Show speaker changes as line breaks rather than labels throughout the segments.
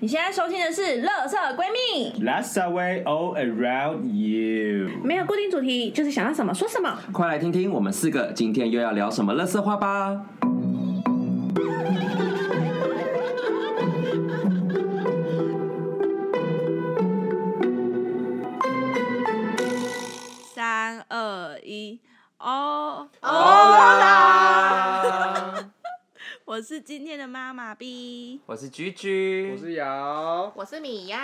你现在收听的是《乐色闺蜜》，
Let's away all around you。
没有固定主题，就是想要什么说什么。
快来听听我们四个今天又要聊什么乐色话吧！
三二一，哦
好
哦，
啦，
我是今天的妈妈 B，
我是居居，
我是瑶，
我是米娅，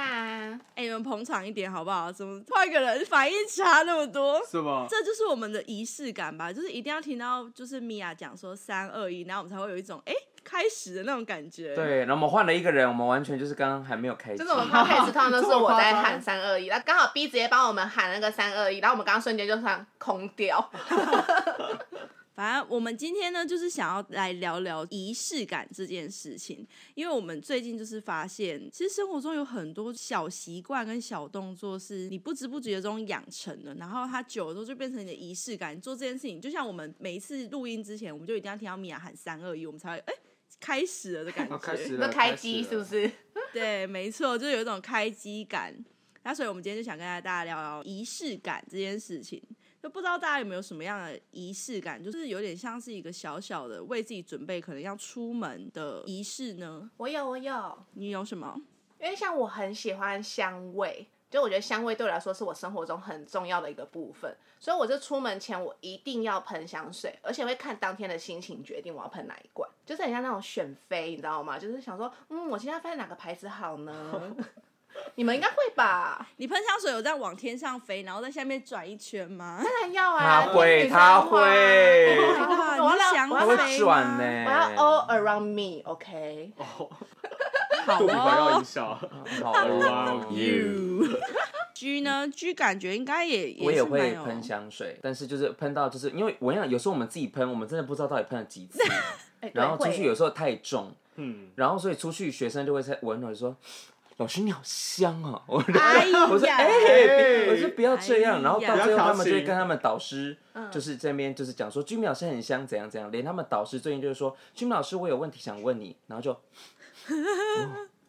哎、你们捧场一点好不好？怎么换一个人反应差那么多？
是吗？
这就是我们的仪式感吧，就是一定要听到，就是米娅讲说三二一，然后我们才会有一种哎、开始的那种感觉。，
对，然后我们换了一个人，我们完全就是刚刚还没有开机
就是我们 podcast 通常都是我在喊三二一，然后刚好 B 直接帮我们喊那个三二一，然后我们刚刚瞬间就算空掉。
反正我们今天呢，就是想要来聊聊仪式感这件事情，因为我们最近就是发现，其实生活中有很多小习惯跟小动作是你不知不觉中养成的，然后它久了之后就变成你的仪式感。你做这件事情，就像我们每一次录音之前，我们就一定要听到米娅喊三二一，我们才会哎、哦开始了的
哦
感觉。
那开机是不？是？
对，没错，就有一种开机感。那所以我们今天就想跟大家聊聊仪式感这件事情。就不知道大家有没有什么样的仪式感，就是有点像是一个小小的为自己准备可能要出门的仪式呢？
我有我有，
你有什么？
因为像我很喜欢香味，就我觉得香味对我来说是我生活中很重要的一个部分，所以我这出门前我一定要喷香水，而且会看当天的心情决定我要喷哪一罐，就是很像那种选妃，你知道吗？就是想说，嗯，我今天要喷哪个牌子好呢？你们应该会吧？
你喷香水有在往天上飞，然后在下面转一圈吗？
当然要
他
啊，
会
天女散
他
花
会哎
啊我
哇，
要
你
让
想
我
它
要
会
让
飞
转
吗
呢、
我要 all around me，OK？、
好
肚皮环绕
哦
音效。
好哦
Around
，You。G 呢？G 感觉应该也
我也
是蛮
会
有
喷香水，但是就是喷到就是因为我想有时候我们自己喷，我们真的不知道到底喷了 几次，
哎对
然后出
会
去有时候太重，
嗯，
然后所以出去学生就会在闻我说。老师你好香哦！ 我说
哎呀
我说哎、
哎
我说不要这样，
哎呀
然后到最后他
不要调
们就会
情
跟他们导师，就是这边就是讲说居民老师很香怎样怎样，连他们导师最近就是说居民老师我有问题想问你，然后就、哦、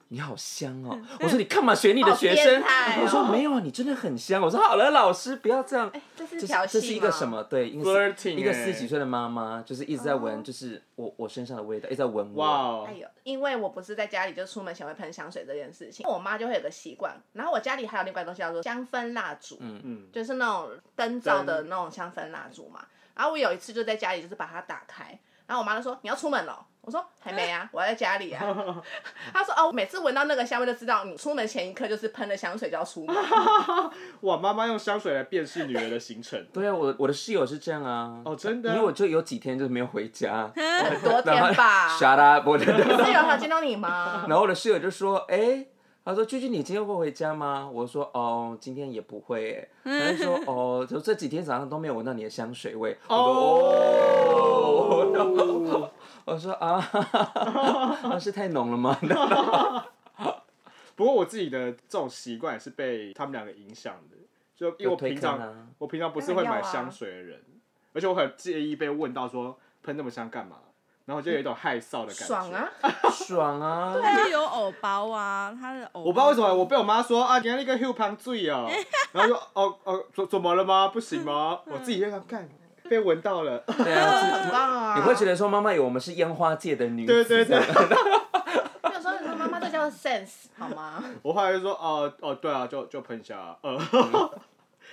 你好香哦！我说你干嘛学你的
好
学
变
生？
态哦
我说没有啊，你真的很香。我说好了，老师不要这样。
这
这
是
是
调戏
这是一个
吗
什？么？对，一个
Flirting，
四一个
哎
四十几岁的妈妈，就是一直在闻，就是我我身上的味道，一直在闻我。
哇哦
哎，呦，因为我不是在家里就出门前会喷香水这件事情，我妈就会有个习惯。然后我家里还有另外一个东西叫做香氛蜡烛，
嗯
就是那种灯罩的那种香氛蜡烛嘛。然后我有一次就在家里就是把它打开，然后我妈就说你要出门了。我说还没
。
啊，我还在家里啊。她说哦，每次闻到那个香味就知道你出门前一刻就是喷了香水就要出门。
哇，妈妈用香水来辨识女儿的行程
对啊，我我的室友是这样啊。
哦真的
因为我就有几天就是没有回家，
很多
然后
天吧。
Shut up！我的，
室友还有见到你吗？
然后我的室友就说，哎、他说：“句句，你今天会回家吗？”我说：“哦，今天也不会。”他就说：“哦，就这几天早上都没有闻到你的香水味。”我说：“哦。然后我说：“啊， 哈哈哈哈是太浓了吗？”
不过我自己的这种习惯也是被他们两个影响的，就因为我平
有推坑啊
常我平常不是会
当
买
然要啊
香水的人，而且我很介意被问到说喷那么香干嘛，然后就有一种害臊的感觉。
爽啊！
爽啊！
他就有偶包啊，他的偶
我不知道为什么，我被我妈说啊，你看那个 Hugh 旁醉 哦，然后就哦哦，怎怎么了吗？不行吗？我自己在想干，被闻到 了，
对啊，
很棒啊！
你会觉得说妈妈以为我们是烟花界的女
对
子，
对对，
我有时候你说妈妈这叫 sense 好 吗？
我后来就说哦哦，对啊，就就喷一下啊， 呃，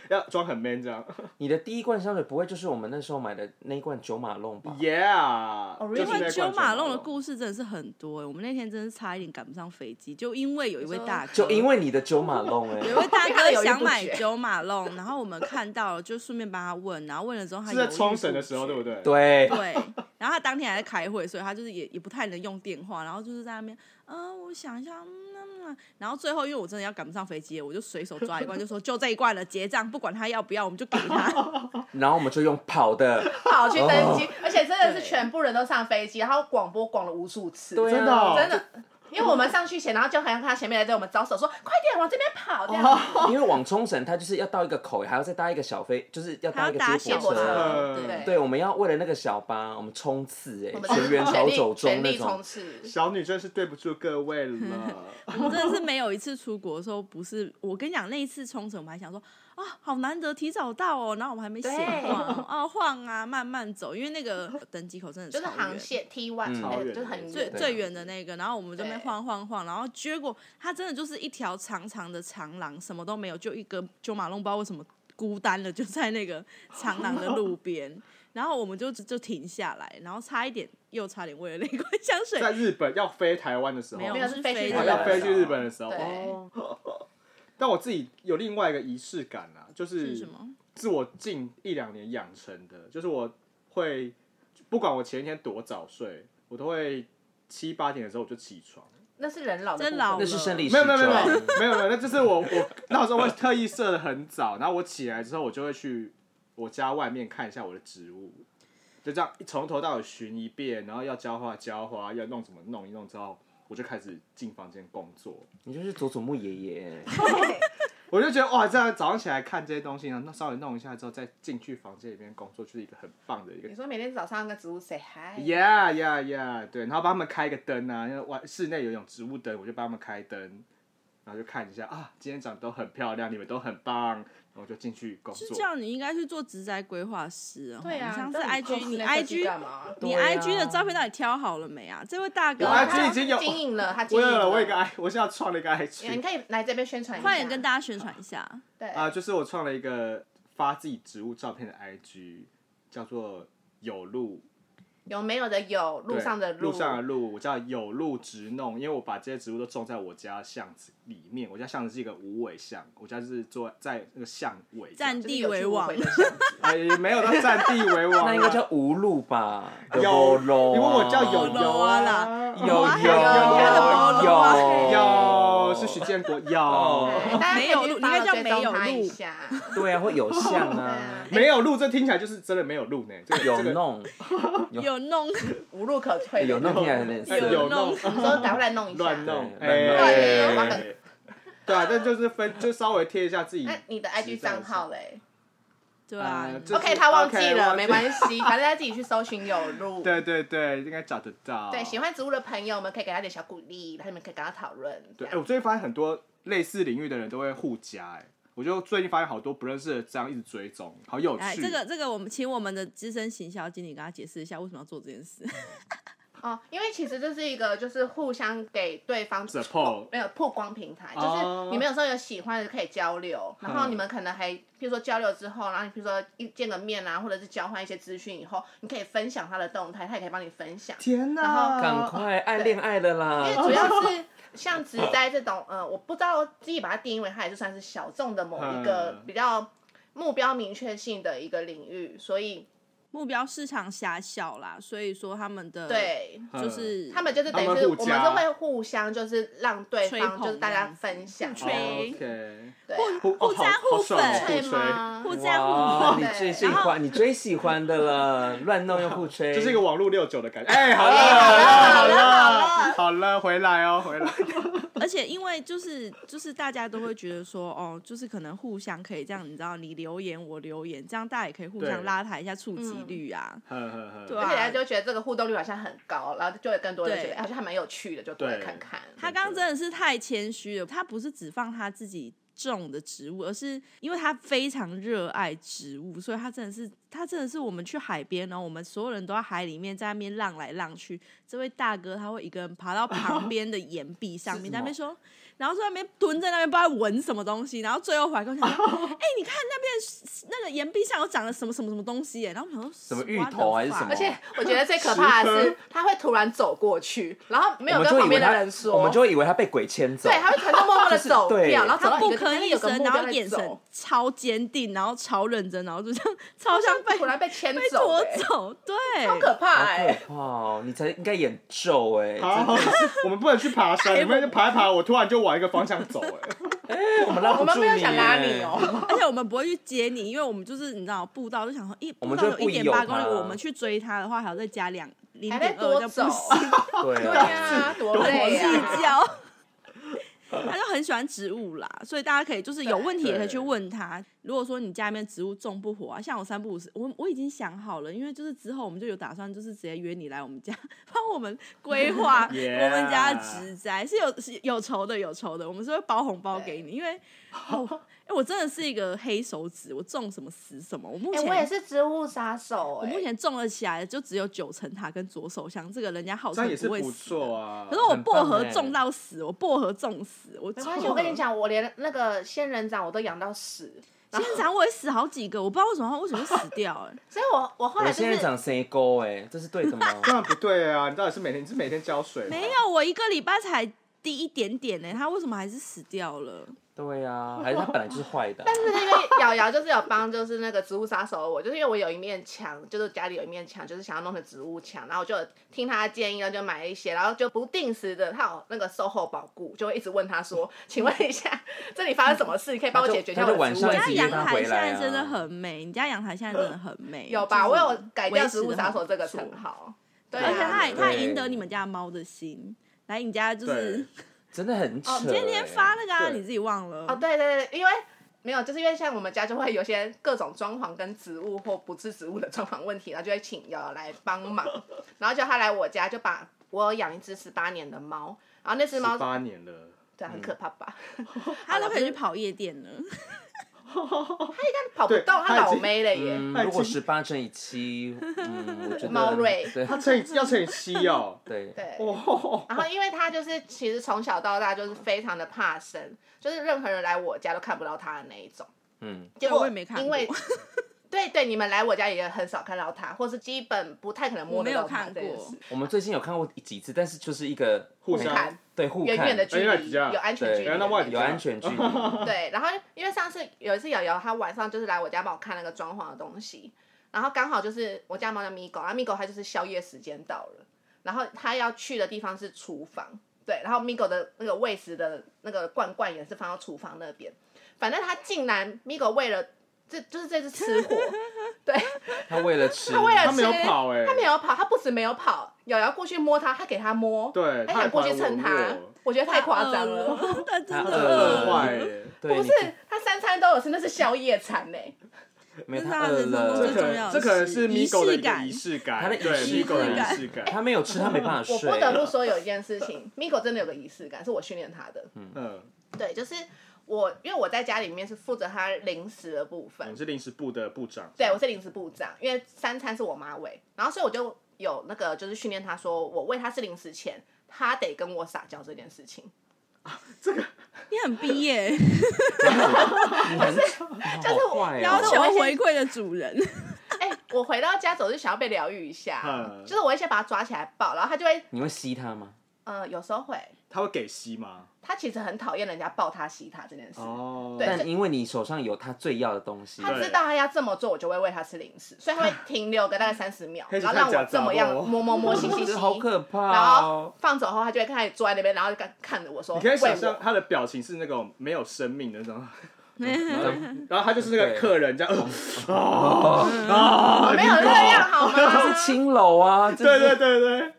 要装很 man 这样
你的第一罐香水不会就是我们那时候买的那一罐九马弄吧？
，Yeah，
哦
就是
因
那
关
罐
于九马龙的
事，
故事真的是很多、欸，我们那天真是差一点赶不上飞机，就因为有一位大哥，
就因为你的九马弄哎、
有一位 大
他
哥
犹豫
想
不
买
决
九马龙，然后我们看到了，就顺便帮他问，然后问了之后他
是在
犹豫
冲
不
绳的时候，
决
对不对？
对，
对，然后他当天还在开会，所以他就是也也不太能用电话，然后就是在那边，嗯、我想一下，嗯，嗯嗯然后最后因为我真的要赶不上飞机了，我就随手抓一罐，就说就这一罐了，结账，不管他要不要，我们就给他。
然后我们就用跑的，
跑去
哦
登机，而且真的是全部人都上飞机，然后广播广了无数次，
对啊
真
真的哦
的真的因为我们上去前，然后就好像看到前面的人对我们招手说：“快点往这边跑！”这样子。
哦，
因为往冲绳，它就是要到一个口，还要再搭一个小飞，就是要
还
搭
要
一个
打
接
小
接驳
驳
车
车。
嗯
对
对，我们要为了那个小巴，我们冲刺
我
哎，
们
全员
全
逃
力
走中
全
那
力
种
冲。刺，
小女真是对不住各位 了。
我们真的是没有一次出国的时候，不是我跟你讲，那一次冲绳，我们还想说啊，好难得提早到哦，然后我们还没写
对
晃啊晃啊，慢慢走，因为那个登机口真的
就是
超
航
远
线 T
嗯
one，
超
哎
远
就是很
最
远。
对
最远的那个，然后我们这边
对
晃晃晃，然后结果它真的就是一条长长的长廊，什么都没有，就一个九马龙包，为什么孤单的就在那个长廊的路边，然后我们就就停下来，然后差一点又差点为了那罐香水
在日本要飞台湾的时候，
没有
没有
是
是飞去
飞
日
哦
本
的
要飞去日本的时候，
对
哦。但我自己有另外一个仪式感啊，就是是
什么？
是我近一两年养成的，就是我会不管我前一天多早睡，我都会七八点的时候我就起床。
那是人老的
真
部分
老
那是胜利时
没有没有没有没有
钟，
没有没有，那就是我我那时候会特意设的很早，然后我起来之后我就会去我家外面看一下我的植物，就这样一从头到尾巡一遍，然后要浇花浇花，要弄什么弄一弄之后，我就开始进房间工作。
你就是佐佐木爷爷。
我就觉得哇，这样早上起来看这些东西，然后那稍微弄一下之后，再进去房间里面工作，就是一个很棒的一个
你说每天早上跟植物 say hi，
Yeah, yeah, yeah，对，然后帮他们开个灯啊，因为外室内有一种植物灯，我就帮他们开灯，然后就看一下啊，今天长得都很漂亮，你们都很棒，然后我就进去工
是
作。
这样，你应该去做职宅规划师哦。
对啊，
你上次
那你公
IG
司
你
那设计
IG
干嘛？
你
对啊
IG 的照片到底挑好了没啊？这位大哥
我，
他
IG 已经有
经营了，他经
我
营
有了，我有一个 i，我现在创了一个 i
你
群
可以来这边宣传一下，
快点跟大家宣传一下。
对
啊，就是我创了一个发自己植物照片的 IG，叫做有路。
有没有的有，路
对
上的
路上的路，我叫有路植弄，因为我把这些植物都种在我家巷子里面。我家巷子是一个无尾巷，我家是坐在那个巷尾这样，
占
就是
地
有去
为
无
王
回，的巷子
哎，没有到占地为王啊，
那应该叫无路吧？
有
路，
你问我叫有
有
有
啊啦
啦，
啊有
我还以为他的包
有
路啊
有哦
有是许建国有，
对大家可以
没有路应该叫没
去 follow 追
有
踪他一
路
下
对啊，会有像
对
啊
啊，
没有路，这听起来就是真的没有路呢，这个
有
这个
弄
有弄，
哎无路可退，
有弄，听起来很
哎
有
有
弄
弄
说赶快来弄一下。
乱弄，
对乱弄
哎
乱弄
对啊，但就是分就稍微贴一下自己
那你的 IG 账号嘞
对啊
呃，这
？OK，他忘记
OK，
了，
忘记
没关系，反正他自己去搜寻有路。
对对对，应该找得到。啊
对，喜欢植物的朋友们可以给他点小鼓励，然后你们可以跟他讨论。
对，哎、
这样
我最近发现很多类似领域的人都会互加、哎，我就最近发现好多不认识的这样一直追踪，好有
哎，
趣。
这个这个，我们请我们的资深行销经理跟他解释一下为什么要做这件事。
哦，因为其实这是一个就是互相给对方哦
Support
没有曝光平台，就
哦
是你们有时候有喜欢的可以交流，然后
嗯
你们可能还譬如说交流之后，然后你譬如说一见个面啊，或者是交换一些资讯以后，你可以分享他的动态，他也可以帮你分享。
天
然
哪！
后
赶快爱恋爱了啦
因为！主要是像植栽这种，呃，我不知道自己把它定义为它也就算是小众的某一个
嗯
比较目标明确性的一个领域，所以
目标市场狭小啦，所以说他们的，
对。
嗯
呃就是
他们就是等于
他
是
们
我
互
们
加
是会互相就是让对
吹
方
捧
就是大
这
家
样子
分享，
互吹
，OK，
对啊
互哦
互加互粉
互
对
吹，
吗？
互加互
哇，
哦
粉
你
对
最喜欢，你最喜欢的了，乱弄又互吹，
这是一个网络六九的感觉。哎、好了，
好
好
了
了，
好
好
了
了，好了，回来哦，回来。
而且因为就是就是大家都会觉得说，哦，就是可能互相可以这样，你知道，你留言我留言，这样大家也可以互相
对
拉抬一下触
嗯
及率啊。
呵呵呵
对
而
啊
且大家就觉得这个互动率好像很高，然后就会更多人觉得
对
哎好像还蛮有趣的，就多来
对
看看。
他刚刚真的是太谦虚了，他不是只放他自己种的植物，而是因为他非常热爱植物，所以他真的是他真的是我们去海边，然后我们所有人都在海里面在那边浪来浪去，这位大哥他会一个人爬到旁边的岩壁上面，
是什么
在那边说，然后在那边蹲在那边不知道在闻什么东西，然后最后回来跟我 讲说，哎、你看那边那个岩壁上有长了什么什么什么东西耶，然后我想说
什么芋头还是什么
而且我觉得最可怕的是，他会突然走过去，然后没
我
有跟
们就
旁
以为
边的
他
人说，
我们就会以为他被鬼牵走
对，，他会突然就默默的走
对
掉，然后走
他
到
不
一个
吭
那里
一
有个
声，
目
然
标
后
在
眼神
走
超坚定，然后超认真，然后就这 样超
好
像
像
被
被突然被牵
被
走
拖
的，
走，对，
好可怕
好
哎！
可怕哦！你才应该演咒哎，
好，好我们不能去爬山，你们就爬一爬，我突然就往一个方向走、哎，
真的我们拉
我
不
们
住
没有想拉
耶
你哦，
而且我们不会去接你，因为我们就是你知道步道就想说，一
我
步
们
道
就
有一
不
点
由
八公里，
他
我们去追他的话还要再加两零
还在
点二，这
多
样
走
不，哦行，
对
对
啊，
啊，多
多
累啊！
计较。他就很喜欢植物啦，所以大家可以就是有问题也可以去问他。如果说你家里面植物种不活啊，像我三不五时，我我已经想好了，因为就是之后我们就有打算，就是直接约你来我们家 帮我们规划我
Yeah
们家的植栽，是有是有仇的有仇的，我们是会包红包给你，因为哦，哎、我真的是一个黑手指，我种什么死什么，我目
哎、
前、
我也是植物杀手、
我
哎，
目前种了起来，就只有九层塔跟左手香，这个人家号
这
称
样也是
会
不
死的。
错啊。
可是我
很
薄
棒
荷
欸
种到死，我薄荷种死，我
没
没
关系，我跟你，讲，我连那个仙人掌我都养到死，
仙人掌我也死好几个，我不知道为什么它为什么会死掉、 哎，
所以我我后
我
来就
现在
是
长谁沟哎，这是对的吗？
当然不对啊！你到底是每天你是每天浇水吗？
没有，我一个礼拜才滴一点点呢、哎它为什么还是死掉了？
对啊，还是他本来就是坏的啊。
但是那个瑶瑶就是有帮，就是那个植物杀手我，就是因为我有一面墙，就是家里有一面墙，就是想要弄成植物墙，然后我就有听她的建议，然后就买了一些，然后就不定时的，她有那个售后保固，就会一直问她说，请问一下，这里发生什么事，可以帮我解决一下我的植物
那
你
就
墙
家
直接
阳
让它
台
回
现
来
在真的
啊
很美，你家阳台现在真的很美，
有吧？
就
我
是
有改掉
维持
植物
得
杀
很
手这个
不错
称号，对、啊，
而且它也它也
对
赢得你们家的猫的心。来，你家就是哦
对
真的很扯、欸。
今天发那个啊，
对
你自己忘了
哦，对对对，因为没有，就是因为像我们家就会有些各种装潢跟植物或不是植物的装潢问题，然后就会请瑶瑶来帮 忙，然后叫她来我家，就把我养一只十八年的猫，然后那只猫
十八嗯年了，
对很可怕吧，
他都可
哦
以去跑夜店了。
跑不
对
动，它
它已
老
经
妹了耶，
嗯，
哎
如果
今
十八乘以七，嗯，我觉 得
猫瑞
对。
他乘以要乘以七哦
对
对。
哦，
然后，因为它就是其实从小到大就是非常的怕生，就是任何人来我家都看不到它的那一种。
嗯，
结果
我也没看过
因为对对，你们来我家也很少看到它，或是基本不太可能摸
我没
得
有
到它
看
这件
过
事
我们最近有看过几次，但是就是一个
互
你
相
看
对互
远
看
远的距
哎那
离，
底下
有安全距
对，
离。
哎那外底
有安全 距离，嗯
对，然后因为上次有一次瑶瑶她晚上就是来我家帮我看那个装潢的东西，然后刚好就是我家猫叫咪狗，然啊后咪狗它就是宵夜时间到了，然后它要去的地方是厨房，对，然后咪狗的那个喂食的那个罐罐也是放到厨房那边，反正它竟然咪狗为了这就是这只 吃货，
他为了吃，
它为了
他没有
吃
跑哎
它没有跑，它不止没有跑，瑶瑶过去摸它，它给它摸，
对，
它想过去蹭
他
它，我觉得太夸张了。
了，他真
他
饿
的饿
饿
了。
坏欸。
对，
不
你
是，他三餐都有吃，那是宵夜餐呢、
没有
这是
啊
他
他
饿
人生
这
中最
可
重
了，
要
能
的
这可能
是
是
仪
Migo
式
的一个
感
仪式感，
他的仪
对
式
Migo 的仪
感
式
他
感，
没有吃，他没办法 睡。
啊
我不得不，说有一件事情，Miko 真的有个仪式感，是我训练他的。
嗯，
对，就是我，因为我在家里面是负责他零食的部分
你，是临时部的部长，
对我是零食部长，因为三餐是我妈喂，然后所以我就有那个就是训练他说，我喂他吃零食前，他得跟我撒娇这件事情。
你很逼 耶，
就是坏
要
哦。
求回馈的主人。
哎、我回到家总是想要被疗愈一下，
嗯
就是我会先把他抓起来抱，然后他就会，
你会吸他吗？
呃，有时候会，
他会给息吗？
他其实很讨厌人家抱他吸他这件事。
哦，
对
但因为你手上有他最要的东西，
他知道他要这么做，我就会喂他吃零食，所以 他会停留个大概三十秒，
黑
然
子
后让
太
我
假
这么
杂
样
哦
摸摸 摸、吸吸
这
吸，
好可
然
怕
后
哦。
放走后，他就会开始坐在那边，然后看看着我说：“
你可以想
喂
象
我。
他的表情是那种没有生命的那 种，然后他就是那个客人这样，呃啊啊，”
没有
你
这样好
他
吗？
是青楼 啊，
对
对
对对对，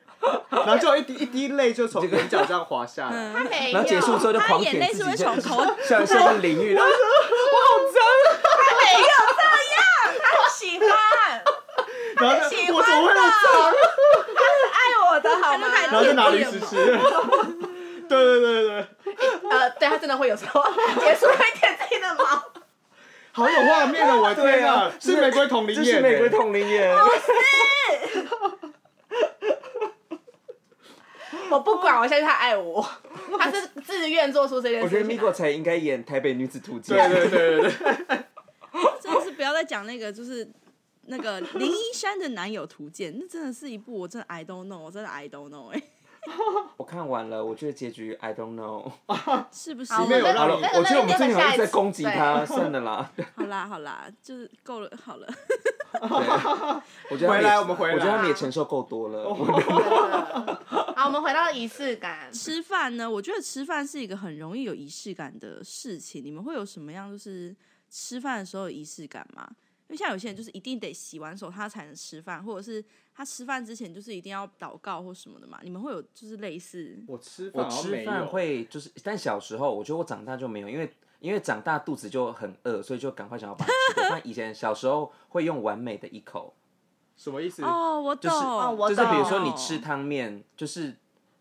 然后就有一 滴一滴泪就从眼角这样滑下 来，
他 没有。
然后结束之后就
他
狂
眼
舔
泪是
自己，
会
像
从头，
像像淋浴，然后
他不喜欢，
然后
喜
就
欢
我怎么会那 么脏？
爱我的好
他
吗
就？开始
然后就拿零
舔
食
嘛
吃，对对对对，
呃，对他真的会有时候结束会舔自己的毛，
好有画面啊！我的
对
天
啊
啊，是玫瑰同林
这
眼，
是玫瑰同龄眼，
我不管，我相信他爱我，他是自愿做出这件
我
事
觉得
情。
Miko 才应该演《台北女子图鉴
对，对对对对，
真的是不要再讲那个，就是那个林一山的男友图鉴，那真的是一部我真的 I don't know，我真的 I don't know 哎，
我看完了，我觉得结局 I don't know。
是不是？
啊好
里面有
那
让
好
你
了，
那个
我觉得我们最近好像一直在
那个
攻击他，算了啦。
好啦好啦，就是够了，好了，
我觉
回
得他们
来
也
我们回来哦
我觉得他们也承受够多了。
好，我们回到仪式感。
吃饭呢，我觉得吃饭是一个很容易有仪式感的事情。你们会有什么样就是吃饭的时候有仪式感吗？因为像有些人就是一定得洗完手他才能吃饭，或者是他吃饭之前就是一定要祷告或什么的嘛。你们会有就是类似
我吃
我
饭好像
吃
没
饭
有，
会就是，但小时候我觉得我长大就没有，因为因为长大肚子就很饿，所以就赶快想要把它 吃掉。但以前小时候会用完美的一口，
什么意思？
哦，我懂，
是
哦我
就是比如说
懂
你吃汤面，就是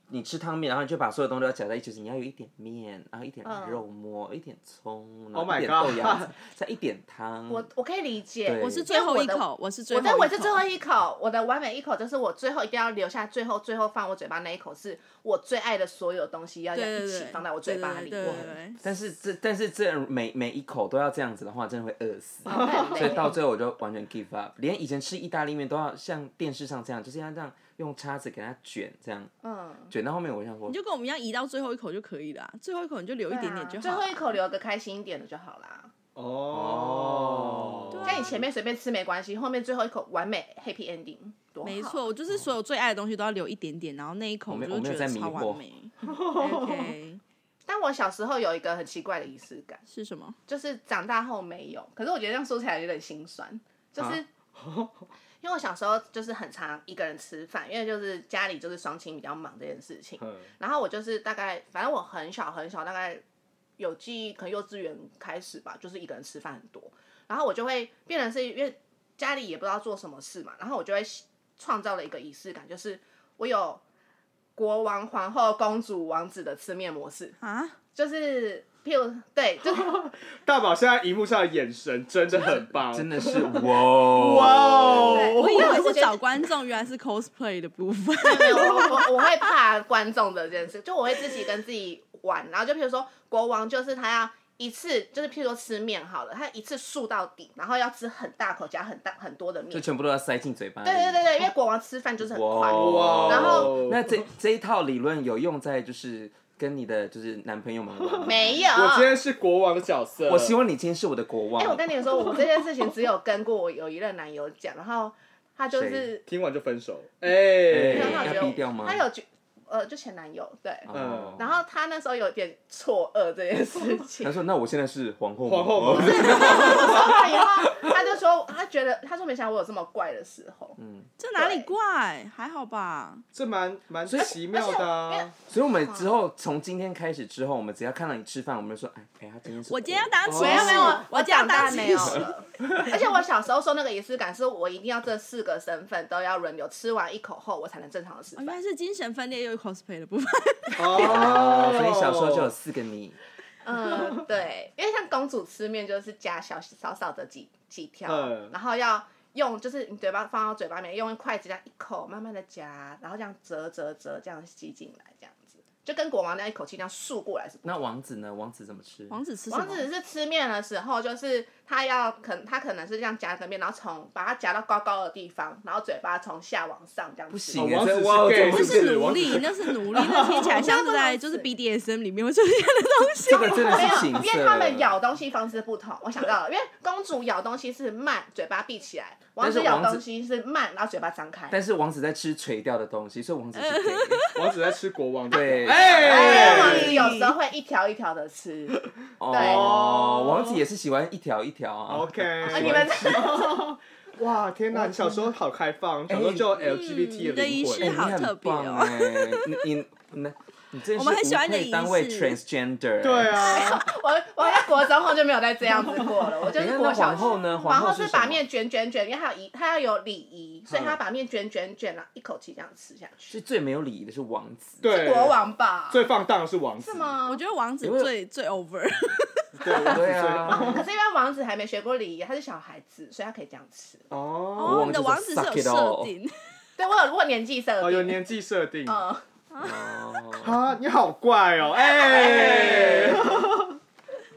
你吃汤面，然后你就把所有东西都夹在一起，就是你要有一点面，然后一点
嗯
肉末，一点葱，然
Oh
后
my
一点豆
God
芽，再一点汤。
我我可以理解
对，
我是最后一
因为
口，我是最
我
后一
的
口，
我是最后一口，我的完美一口就是我最后一定要留下，最后最后放我嘴巴那一口是我最爱的所有东西要
对对
一
对
起放在我嘴巴里，
对对
我
对
很
对
但是这但是这每每一口都要这样子的话，真的会 饿死。
我 很
所以到
累。
最后我就完全 give up，连以前吃意大利面都要像电视上这样，就是要这样用叉子给它卷，这样
嗯，
卷到后面我就想说
你，就跟我们一样移到最后一口就可以了啊、最后一口你就留一点点就
啊最
好了。
后一口留个开心一点的就好啦。
哦，
对啊
像你前面随便吃没关系，后面最后一口完美 happy ending，多好
没错，，我就是所有最爱的东西都要留一点点，然后那一口
我没
就
我没
觉
有
得
在迷
超
惑
完美。OK，
但我小时候有一个很奇怪的仪式感，
是什么？
就是长大后没有。可是我觉得这样说起来有点心酸，就是、因为我小时候就是很常一个人吃饭，因为就是家里就是双亲比较忙这件事情。
嗯
然后我就是大概，反正我很小很小，大概有记忆，可能幼稚园开始吧，就是一个人吃饭很多。然后我就会变成是因为家里也不知道做什么事嘛，然后我就会创造了一个仪式感，就是我有国王、皇后、公主、王子的吃面模式，
啊，
就是譬如对，就是
大宝现在荧幕上的眼神真的很棒，
真的 是哇哦
哇
对
哦！
我以为
我
是
觉得
找观众，原来是 cosplay 的部 分。
没有，我我我会怕观众的这件事，就我会自己跟自己玩，然后就譬如说国王就是他要一次，就是譬如说吃面好了，他一次竖到底，然后要吃很大口夹很大很多的面。
就
对
全部都要塞进嘴巴里。
对对对，因为国王吃饭就是很快。
哦
哇哦
然
后
那这这一套理论有用在就是跟你的就是男朋友们玩吗？
没有，
我今天是国王的角色，
我希望你今天是我的国王。
哎、我跟你说，我这件事情只有跟过我有一任男友讲，然后他就是
听完就分手。
对
没有
哎，
他有觉
要
得
逼掉吗
他有觉呃，就前男友对。
嗯
哦
然后他那时候有点错愕这件事情
他，说：“那我现在是皇后吗。”
皇后
哦
吗？
说完以后，他就说他觉得他说没想到我有这么怪的时候，
这哪里怪？还好吧。
这蛮蛮奇妙的
而且
啊。
所以，我们之后从今天开始之后，我们只要看到你吃饭，我们就说：“哎，哎，他今天是
我今天要当骑士，
没有没有，
我
哦我
今天要
长大
当哦
没
骑
有
士。
了。 而且我小时候说那个仪式感，是我一定要这四个身份都要轮流，吃完一口后我才能正常的吃
哦，原
饭。
来是精神分裂又有 cosplay 的部分。
哦
哦，所以小时候就有四个你。
嗯，对，因为像公主吃面就是加小少少的几几条，
嗯
然后要。用就是你嘴巴放到嘴巴里面，用筷子这样一口慢慢的夹，然后这样折折折这样吸进来，这样子就跟国王那样一口气这样竖过来是不
那王子呢？王子怎么吃？
王子吃什
王
么？
子是吃面的时候，就是他要可他可能是这样夹个面，然后从把它夹到高高的地方，然后嘴巴从下往上这样吃。
不
哦
行欸
王子是
哇
gay，
怎
那
么
不是
是奴
王
隶，那是奴隶，那听起来 像是在就是 BDSM 里面会出现的东西。
这个真
没
的是
有，
情
因
色。
为他们咬东西方式不同。我想到了，因为公主咬东西是慢，嘴巴闭起来；王
但是
子咬
王子
东西是慢，然后嘴巴张开。
但是王子在吃垂掉的东西，所以王子是 gay。
王子在吃国王的
对
哎，王
哎，
子有时候会一条一条的吃。
哦，王子也是喜欢一条一条啊。
OK
喜
啊，
欢
你们
哇，天哪！你小时候好开放，小时候就有 LGBT 的
你
灵
的仪式
魂。
好特别哦
哎你很棒哎你你你你真的是
我们很喜欢你的
无愧单位
仪式
transgender。欸
对。啊，
我我在国中后就没有再这样子过了，我就
等一
是
下，
国
那
小
皇后呢？
皇
后
后
是
是
什么
把面卷卷卷，因为她有仪，她要有礼仪，所以她把面卷卷卷，然后一口气这样吃下去。
是最没有礼仪的是王子。
对，
国王吧？
最放荡的是王子
是？吗？
我觉得王子
有没有
最最 over，
对，王子
对
最
啊。
可是因为王子还没学过礼仪，他是小孩子，所以他可以这样吃。
哦
哦，你的王
王
子
子
是
就
有
suck it all
设定，
对我有我有年纪设定，
哦，有年纪设定。
嗯，
哦，
啊，你 好怪哦，哎，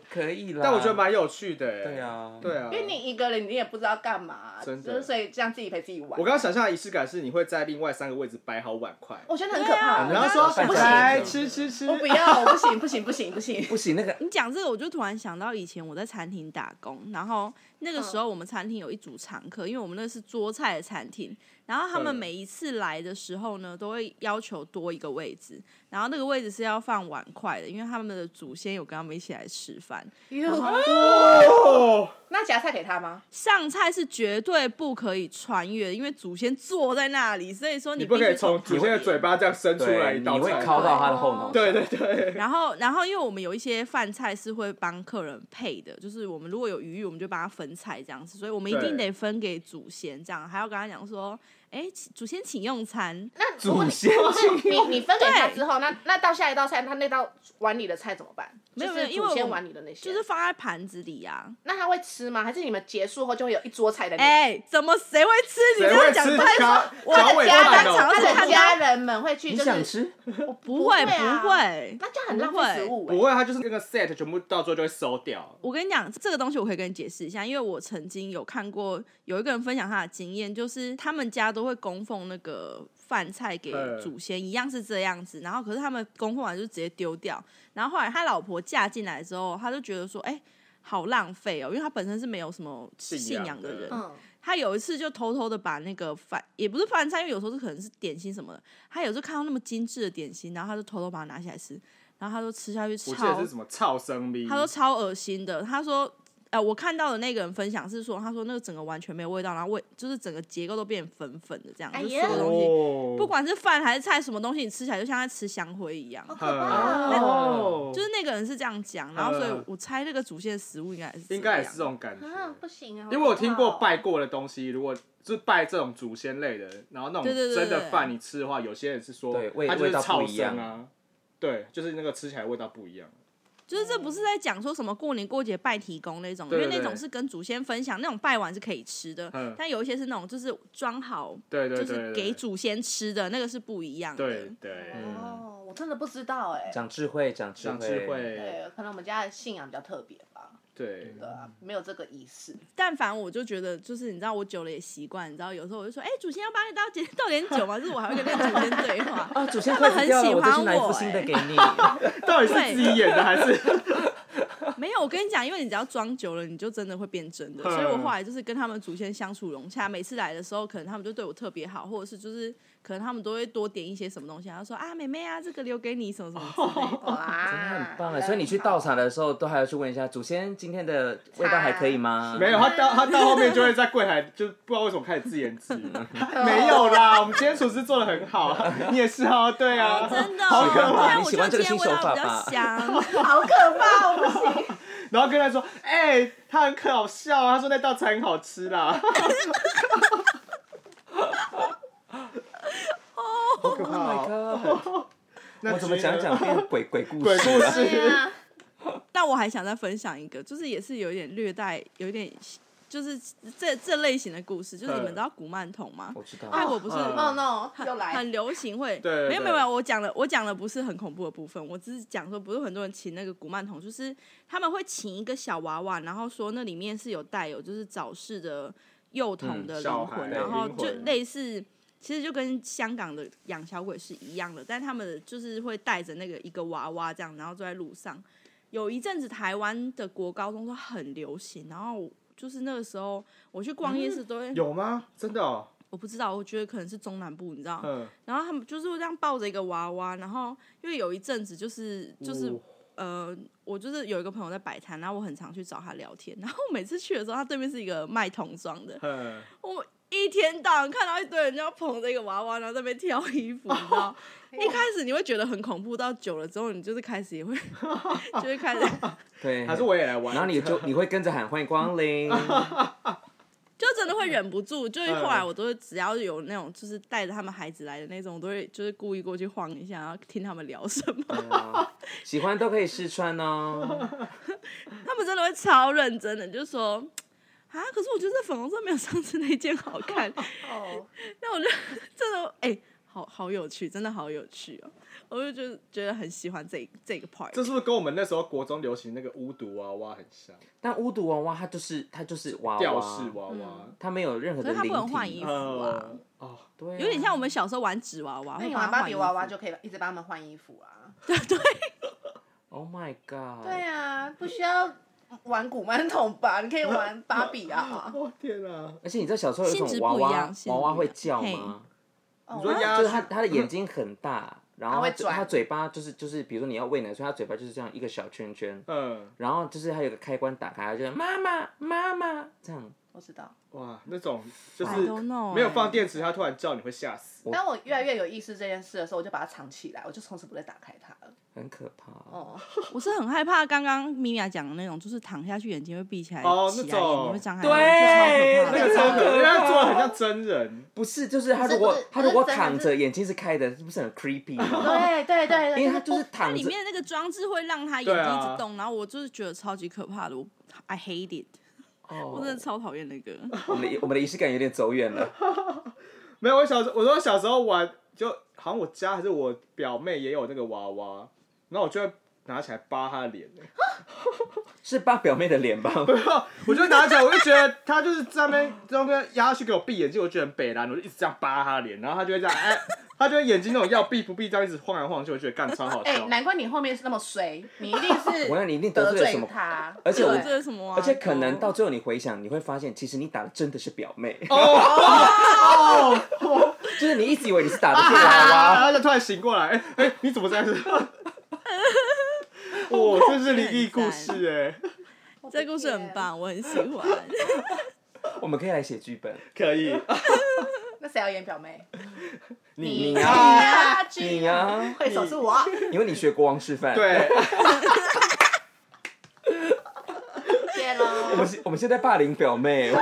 可以啦。
但我觉得蛮有趣的，哎
对，啊。
对啊，
因为你一个人你也不知道干嘛，
真的
就是所以这样自己陪自己玩。
我刚刚想象的仪式感是你会在另外三个位置摆好碗筷，
哦我觉得很可怕，
对
然
啊
后说
我刚刚
不
想
来吃
行，
象
吃吃，
我不要，我不行，不行，不行，不 行。
不行，那个
你讲这个，我就突然想到以前我在餐厅打工，然后那个时候我们餐厅有一组常客，因为我们那是桌菜的餐厅，然后他们
嗯
每一次来的时候呢，都会要求多一个位置，然后那个位置是要放碗筷的，因为他们的祖先有跟他们一起来吃饭。
哦，
那夹菜给他吗？
上菜是绝对不可以穿越的，因为祖先坐在那里，所以说
你
必
不可
须
以从祖先的嘴巴这样伸出来
对，
一
你
道
会
菜，
敲到他的后脑勺。
对对对，
然后，然后，因为我们有一些饭菜是会帮客人配的，就是我们如果有余裕，我们就帮他分菜这样子，所以我们一定
对
得分给祖先，这样还要跟他讲说，哎，请祖先请用餐。
那如果
祖
你
先请
你 你分给他
对
之后，那那到下一道菜，他那道碗里的菜怎么办？
没有
就是
没有因为
祖先
我
碗里的那些，
就是放在盘子里啊呀、
那他会吃吗？还是你们结束后就会有一桌菜在
啊，
那里？
哎，怎么谁会吃？ 你
谁
这样
会
讲
吃
出来
脚
我
脚尾
的家
饭
人
哦
常？
他
常
的家人们会去，
你
就
想
是
吃？
我
不
不
会
啊
不，会，
那这样很浪
不会
费食物
不
欸。
会，啊他就是那个 set 全部到最后就会收掉。
我跟你讲，这个东西我可以跟你解释一下，因为我曾经有看过有一个人分享他的经验，就是他们家都会供奉那个饭菜给
嗯
祖先，一样是这样子。然后可是他们供奉完就直接丢掉。然后后来他老婆嫁进来之后，他就觉得说，哎、好浪费哦，因为他本身是没有什么
信
信
仰
仰的
的
人，
嗯，
他有一次就偷偷的把那个饭，也不是饭菜，因为有时候是可能是点心什么的，他有时候看到那么精致的点心，然后他就偷偷把它拿起来吃，然后他说吃下去
我记得
超
是什么超生咪，
他说超恶心的，他说。呃，我看到的那个人分享是说，他说那个整个完全没有味道，然后味就是整个结构都变粉粉的这样，
哎
就所
呀
有东西，
哦
不管是饭还是菜，什么东西你吃起来就像在吃香灰一样。
好可怕哦！
哦，
就是那个人是这样讲，然后所以
嗯
我猜那个主线食物应该也是这
应该也是这
样
种感觉，
啊，不行啊，
因为我听过
好可怕哦
拜过的东西，如果就是拜这种祖先类的，然后那种
对对对
真的
对
饭你吃的话，有些人是说
对味
它就
味
是
道不
超
一样
生啊，对，就是那个吃起来味道不一样。
就是这不是在讲说什么过年过节拜提供那种，
对对
因为那
对
种是跟祖先分享，那种拜完是可以吃的，
嗯
但有一些是那种就是装好，
对对
就
对
是
对
给
对
祖先吃的那个是不一样的。
对对，
哦，我真的不知道哎。
嗯
长智慧，长智
长智慧，
对，可能我们家的信仰比较特别吧，
对，
对啊，没有这个仪式。
但凡我就觉得，就是你知道，我久了也习惯，你知道，有时候我就说，哎、祖先要帮你倒点倒点酒吗？就是我还会跟那个祖先对 话。
啊，祖先
他们
快死
很
掉
喜
了，我再去
欢
拿一
我
副新的
欸
给 你。
到底是自己演的还是？
没有，我跟你讲，因为你只要装久了，你就真的会变真的。
嗯
所以我后来就是跟他们祖先相处融洽，每次来的时候，可能他们就对我特别好，或者是就是可能他们都会多点一些什么东西，然后说啊，妹妹啊，这个留给你什么什么之类的。
哦
哇，
真的很棒哎！所以你去倒茶的时候，都还要去问一下祖先今天的味道还可以吗？
没有，他到他到后面就会在柜台，就不知道为什么开始自言自语。 没有啦，我们今天厨师做的很好，你也是哦，对啊，
真的、
好
哦，
可
虽
怕
然
你
我觉
喜
得
欢这
今天
个新
味道
手法
比较
吧
香，
好可怕，我不行。
然后跟他说，哎、他很搞笑啊，他说那道菜很好吃 啦。好可
Oh
怕
my
哦！
god！
那
我怎么讲讲变鬼鬼故
鬼故
事 了？
事？
对啊，
但我还想再分享一个，就是也是有一点略带，有一点就是这这类型的故事，就是你们知道古曼童吗？
嗯我知道，
泰国不是
嗯
哦 no，又来。
很流行会，
对对
没有
对
没有没有，我讲了我讲的不是很恐怖的部分，我只是讲说不是很多人请那个古曼童，就是他们会请一个小娃娃，然后说那里面是有带有就是早逝的幼童
嗯
的
小
灵魂，
孩
然后
灵
就
魂
类似。其实就跟香港的养小鬼是一样的，但他们就是会带着那个一个娃娃这样，然后坐在路上。有一阵子台湾的国高中都很流行，然后就是那个时候我去逛夜市都会，
嗯有吗？真的哦，
我不知道，我觉得可能是中南部，你知道，
嗯，
然后他们就是会这样抱着一个娃娃，然后因为有一阵子就是就是、
哦
呃，我就是有一个朋友在摆摊，然后我很常去找他聊天，然后每次去的时候，他对面是一个卖童装的，
嗯，
我一天到晚看到一堆人就捧着一个娃娃，然后在那边挑衣服，你知道？一开始你会觉得很恐怖，到久了之后，你就是开始也会就会开始，
对，
还是我也来玩。
然后你就你会跟着喊欢迎 光临，
就真的会忍不住，就是后来
嗯
我都会只要有那种就是带着他们孩子来的那种，我都会就是故意过去晃一下，然后听他们聊什么。
喜欢都可以试穿哦。
他们真的会超认真的，就说啊，可是我觉得这粉红色没有上次那件好看。
哦，
那我就真的哎、好好有趣，真的好有趣哦！我就觉得觉得很喜欢这这个 part。
这是不是跟我们那时候国中流行那个巫毒娃娃很像？
但巫毒娃娃它就是它就是娃
吊饰娃
娃，
娃，
嗯
它没有任何
可
的
是他
灵
不能换
体
衣服啊，
嗯哦，
对啊，
有点像我们小时候玩纸娃娃，
那
会
你
帮
玩
它
芭
换
比
衣服
娃娃就可以一直帮他们换衣服啊。
Oh my god！
对啊，不需要玩古曼童吧，你可以玩芭比 啊。
我天啊！
而且你知道小时候有一
性
种
质
娃
不一
娃
样，性
娃
质
娃
不一
会
样
叫
嘿
吗？
哦
啊
你说鸭
就是它
子
它的眼睛很大，然
嗯
后
它会
它嘴
转
它嘴巴就是就是，比如说你要喂奶，所以它嘴巴就是这样一个小圈圈，
嗯，
然后就是它有个开关打开，它就是妈妈妈妈这样。
我知道，
哇，那种就是
I don't know，
没有
哎
放电池，它突然叫你会吓死。
当我越来越有意识这件事的时候，我就把它藏起来，我就从此不再打开它了。
很可怕，
哦，
我是很害怕刚刚米娅讲的那种，就是躺下去眼睛会闭起来，
哦
起
那
来
种
眼睛会张开，我
对
觉得超可
那个超可，
怕的
对
因为它做的很像真人，
不是就是
不
它
是
如果
不是
它如果
不是真的
躺
是
着眼睛是开的，是不是很 creepy 吗？
对对对对，
因为它就是
它
躺
里
着，
面那个装置会让他眼睛一直动，然后我就是觉得超级可怕的，我 I hate it，我真的
哦，
超讨厌那个。
我们的我们的仪式感有点走远了。
没有。我小时候，我说小时候玩，就好像我家还是我表妹也有那个娃娃，然后我就会拿起来扒她的脸。欸
是爸表妹的脸吧？
我就拿起来，我就觉得他就是在那边在那边压下去给我闭眼睛，我就觉得很北蓝，我就一直这样扒他脸，然后他就会这样，哎、他就会眼睛那种要闭不闭这样一直晃来晃去，我觉得干超好
哎，
笑。
难怪你后面是那么衰，你一定是
我让你一定得
得
罪了什
罪
么？
他，
而且我
对
这是什么啊？
而且可
哦
能到最后你回想，你会发现其实你打的真的是表妹，
哦，
就是你一直以为你是打的 是娃娃。
然后就突然醒过来，哎、哎、你怎么这样子？哦，这是灵异故事哎、
这故事很。棒，我很喜 欢。
我们可以来写剧本。
可以，
那谁要演表妹？
你
呀、
呀、
啊，
你呀、
会手是我。啊
因为你学国王示范。，
对，
谢
我
喽
们。是我们现在霸凌表妹。
啊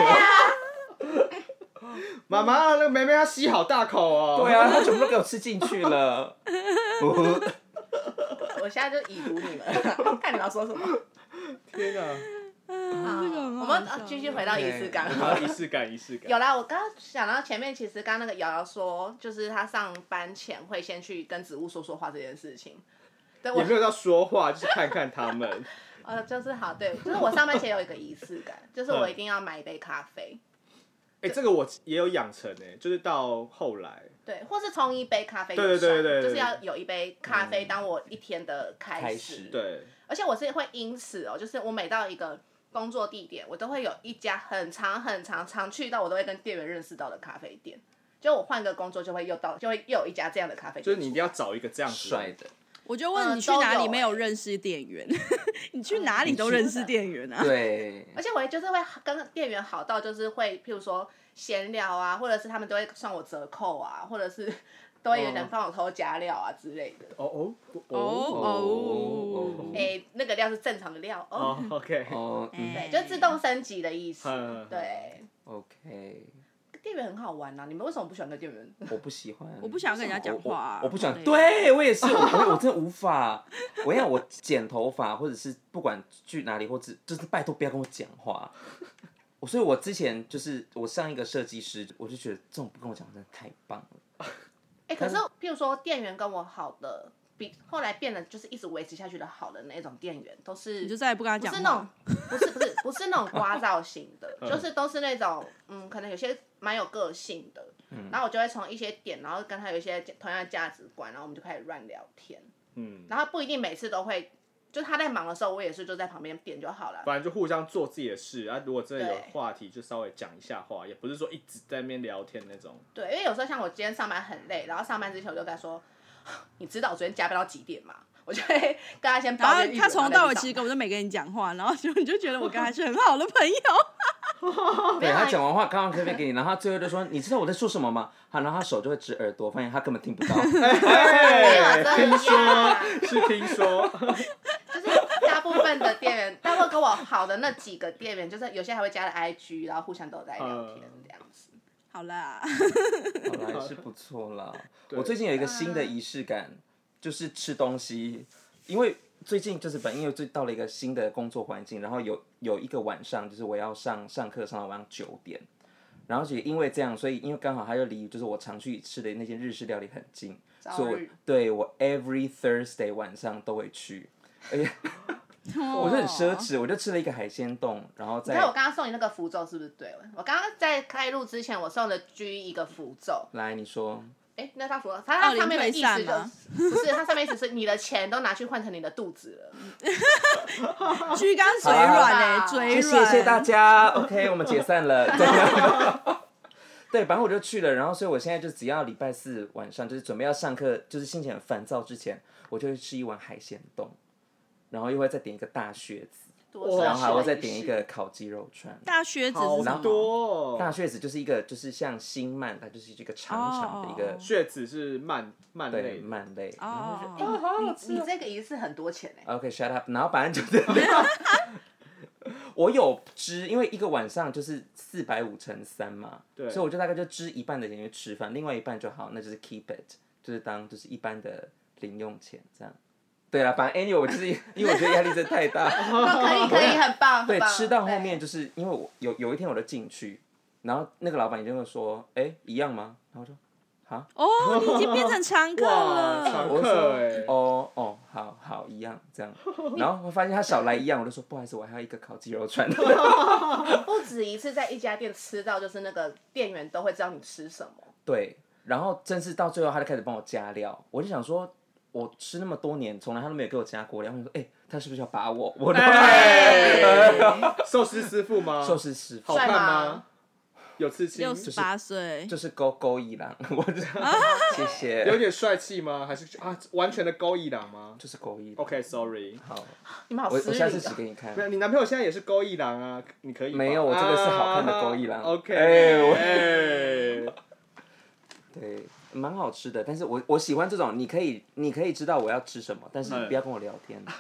妈妈那个梅梅她吸好大口哦，
对，啊，她全部都给我吃进去了。哦
我现在就已读你们，看你们要说什么。
天哪，
啊这个很
我
好
们
笑
呃继续回到仪式感。
哎
好仪式感，仪式感，
有啦，我刚刚想到前面，其实刚刚那个瑶瑶说，就是她上班前会先去跟植物说说话这件事情。对，我
也没有到说话，就是看看他们，
呃，就是好，对，就是我上班前有一个仪式感，就是
嗯
我一定要买一杯咖啡，
哎、这个我也有养成哎、就是到后来。
对，或是冲一杯咖啡就
对对对
算
对对
就是要有一杯咖啡当我一天的
开
开
始
对，
而且我是会因此哦，就是我每到一个工作地点，我都会有一家很长很长常去到，我都会跟店员认识到的咖啡店。就我换个工作，就会又到，就会又有一家这样的咖啡
就
店。
是你一定要找一个这样子
帅
人，
的，
我就问
嗯
你去哪里没有认识店员？ 你去哪里都认识店员啊？
对，
而且我就是会跟店员好到，就是会譬如说闲聊啊，或者是他们都会算我折扣啊，或 者是都会有人帮我偷加料啊之类的。
哦哦
哦哦
哦
诶，那个料是正常的料哦，
嗯哦，OK，
哦，嗯
哎
对，就自动升级的意思
嗯。
对，
，OK，
店员很好玩啊，你们为什么不喜欢跟店员？
我不喜欢，
我不想跟人家讲话啊
我我不想，
对
对我也是，我我真的无法。我要我剪头发，或者是不管去哪里，或者就是拜托不要跟我讲话。我所以，我之前就是我上一个设计师，我就觉得这种不跟我讲真的太棒了。
哎、可是譬如说店员跟我好的，比后来变得就是一直维持下去的好的那种店员，都是
你就再也不跟他
不
讲
是那种
话。
不是不是不是那种聒噪型 的，就是都是那种嗯，可能有些蛮有个性的，然后我就会从一些点，然后跟他有一些同样的价值观，然后我们就开始乱聊天，
嗯，
然后不一定每次都会，就他在忙的时候，我也是就在旁边点就好了。
反正就互相做自己的事啊。如果真的有
对
话题，就稍微讲一下话，也不是说一直在那边聊天那 种。
对，因为有时候像我今天上班很累，然后上班之前我就跟他说，你知道我昨天加班到几点吗？我就会跟他先
然
抱
后
怨一
啊
轮，
他从头
然
到
后
尾
再
其实
去上
根本
班
就没跟你讲话，然后就你就觉得我跟他是很好的朋友。
没
对
有啊
他讲完话，刚刚可以给你，然后他最后就说：“你知道我在说什么吗？”好，然后他手就会指耳朵，发现他根本听 不到。
没有
哎
真
听
的
说
呀
是听 说，
就是大部分的店员，但会跟我好的那几个店员，就是有些还会加了 IG，然后互相都有在聊天
嗯
这样子。
好啦，
好啦，还是不错啦。
对
我最近有一个新的仪式感，就是吃东西，因为最近就是本因为最到了一个新的工作环境，然后有有一个晚上就是我要上上课上到晚上九点，然后也因为这样，所以因为刚好它又离就是我常去吃的那些日式料理很近，所以我
日
对我 every Thursday 晚上都会去。而且我就很奢侈，我就吃了一个海鲜冻，然后
你看我
再
刚刚送你那个符咒是不是对？我刚刚在开录之前，我送了 G 一个符咒，
来你说，
哎、那张符咒，它它上面的意思
哦奥林退散
就
吗
是，不是它上面意思是你的钱都拿去换成你的肚子了，
居刚嘴软哎、
好啊
嘴
谢
软。
谢谢大家，OK，我们解散 了。对对，反正我就去了，然后所以我现在就只要礼拜四晚上就是准备要上课，就是心情很烦躁之前，我就会吃一碗海鲜冻，然后又会再点一个大靴子，
多
然后还
少
会
我
再点一个烤鸡肉串。
大靴子是什
好
么？
多、
大
哦。
靴子就是一个就是像星鳗，它就是一个长长的一个
哦
血子是慢慢类
对
的，
鳗类。
哦，
啊
你你你这个一次很多钱哎、
OK，shut、up。然后反正就是， 我有支，因为一个晚上就是四百五乘三嘛，
对
所以我就大概就支一半的钱去吃饭，另外一半就好，那就是 keep it，就是当就是一般的零用钱这样。对啦，反正 anyway，我就是 因 为我觉得压力真的太大，
可以可以，很棒，
哦
很，
对
棒
吃到后
对
面就是因为我有有一天我就进去，然后那个老板就会说，哎、一样吗？然后我就
哦，你已经变成常客
哇，
了。
常客哎、
哦哦，好好一样这样，然后我发现他少来一样，我就说不好意思，我还要一个烤鸡肉串。
不止一次在一家店吃到，就是那个店员都会知道你吃什么。
对，然后真是到最后，他就开始帮我加料，我就想说，我吃那么多年，从来他都没有给我加过料，我想说，哎、他是不是要把我？我的
哎寿司师傅吗？
寿司师傅
好看
帅吗
吗？有刺青
六，十八岁，
就是勾勾一郎， 我 就谢
有
谢，
点帅气吗？还是啊，完全的勾一郎吗
就是勾一郎。
？OK，Sorry，、
好，
你们好
我
失
我下次
礼
指
哦。
给你看
没。有，你男朋友现在也是勾一郎啊，你可以吗
没有我这个是好看的勾一郎
啊 OK，
哎我
哎
对，蛮好吃的，但是我我喜欢这种，你可以你可以知道我要吃什么，但是你
哎
不要跟我聊天。
不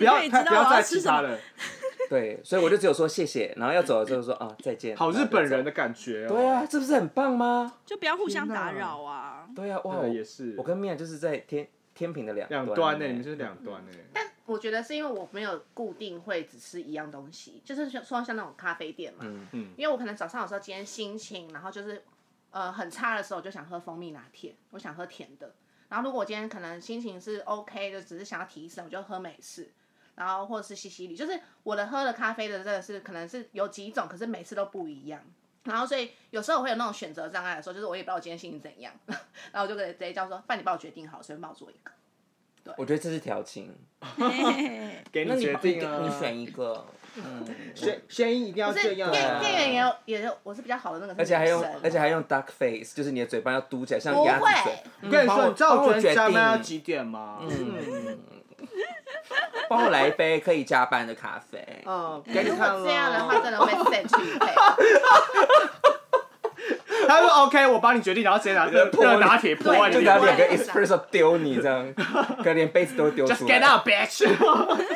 可
要
以
他
知
不
道我
要
要
再
吃
其
什
他
么
了，
对，所以我就只有说谢谢，然后要走了之后说啊再见。
好
然
日
后就
本人
走。
的感觉哦。
对啊，，这不是很棒吗？
就不要互相打扰啊。
对啊，哇，
对
我
也是
我跟 Mia 就是在天天平的两
两
端
端呢，
欸
你们就是两端呢。
但我觉得是因为我没有固定会只吃一样东西，就是像说像那种咖啡店嘛，
嗯
嗯
因为我可能早上有时候今天心情，然后就是呃很差的时候，我就想喝蜂蜜拿铁，我想喝甜的。然后如果我今天可能心情是 OK 的，只是想要提神，我就喝美式，然后或者是西西里，就是我的喝的咖啡的真的是可能是有几种，可是每次都不一样。然后所以有时候我会有那种选择障碍的时候，就是我也不知道我今天心情怎样， 然后我就给直接叫说，饭你帮我决定好，随便帮我做一个。
我觉得这是调情。
嘿嘿嘿
给
那
你决定啊，
你选一 个，嗯，
声声音一定要
可是
这
店
样啊。
店员也有也有，我是比较好的那个是
而且还
女生，
用而且还用 duck face，就是你的嘴巴要嘟起来，像
不
鸭子
会
嘴。
我跟你
帮
说，
我
你知道
帮我
我昨天
决
加班要
定
几点吗？
嗯，帮我来一杯可以加班的咖啡。
哦
嗯，给你
如
看
果这样的
了。
话，真的会 set 去配。
他说 OK，我帮你决定，然后直接拿热
泼
热
你
拿铁泼在
就
你
对
拿
脸上
对
两个 espresso 丢你这样，可能连杯子都丢
，Just
出
get
来。
out, bitch！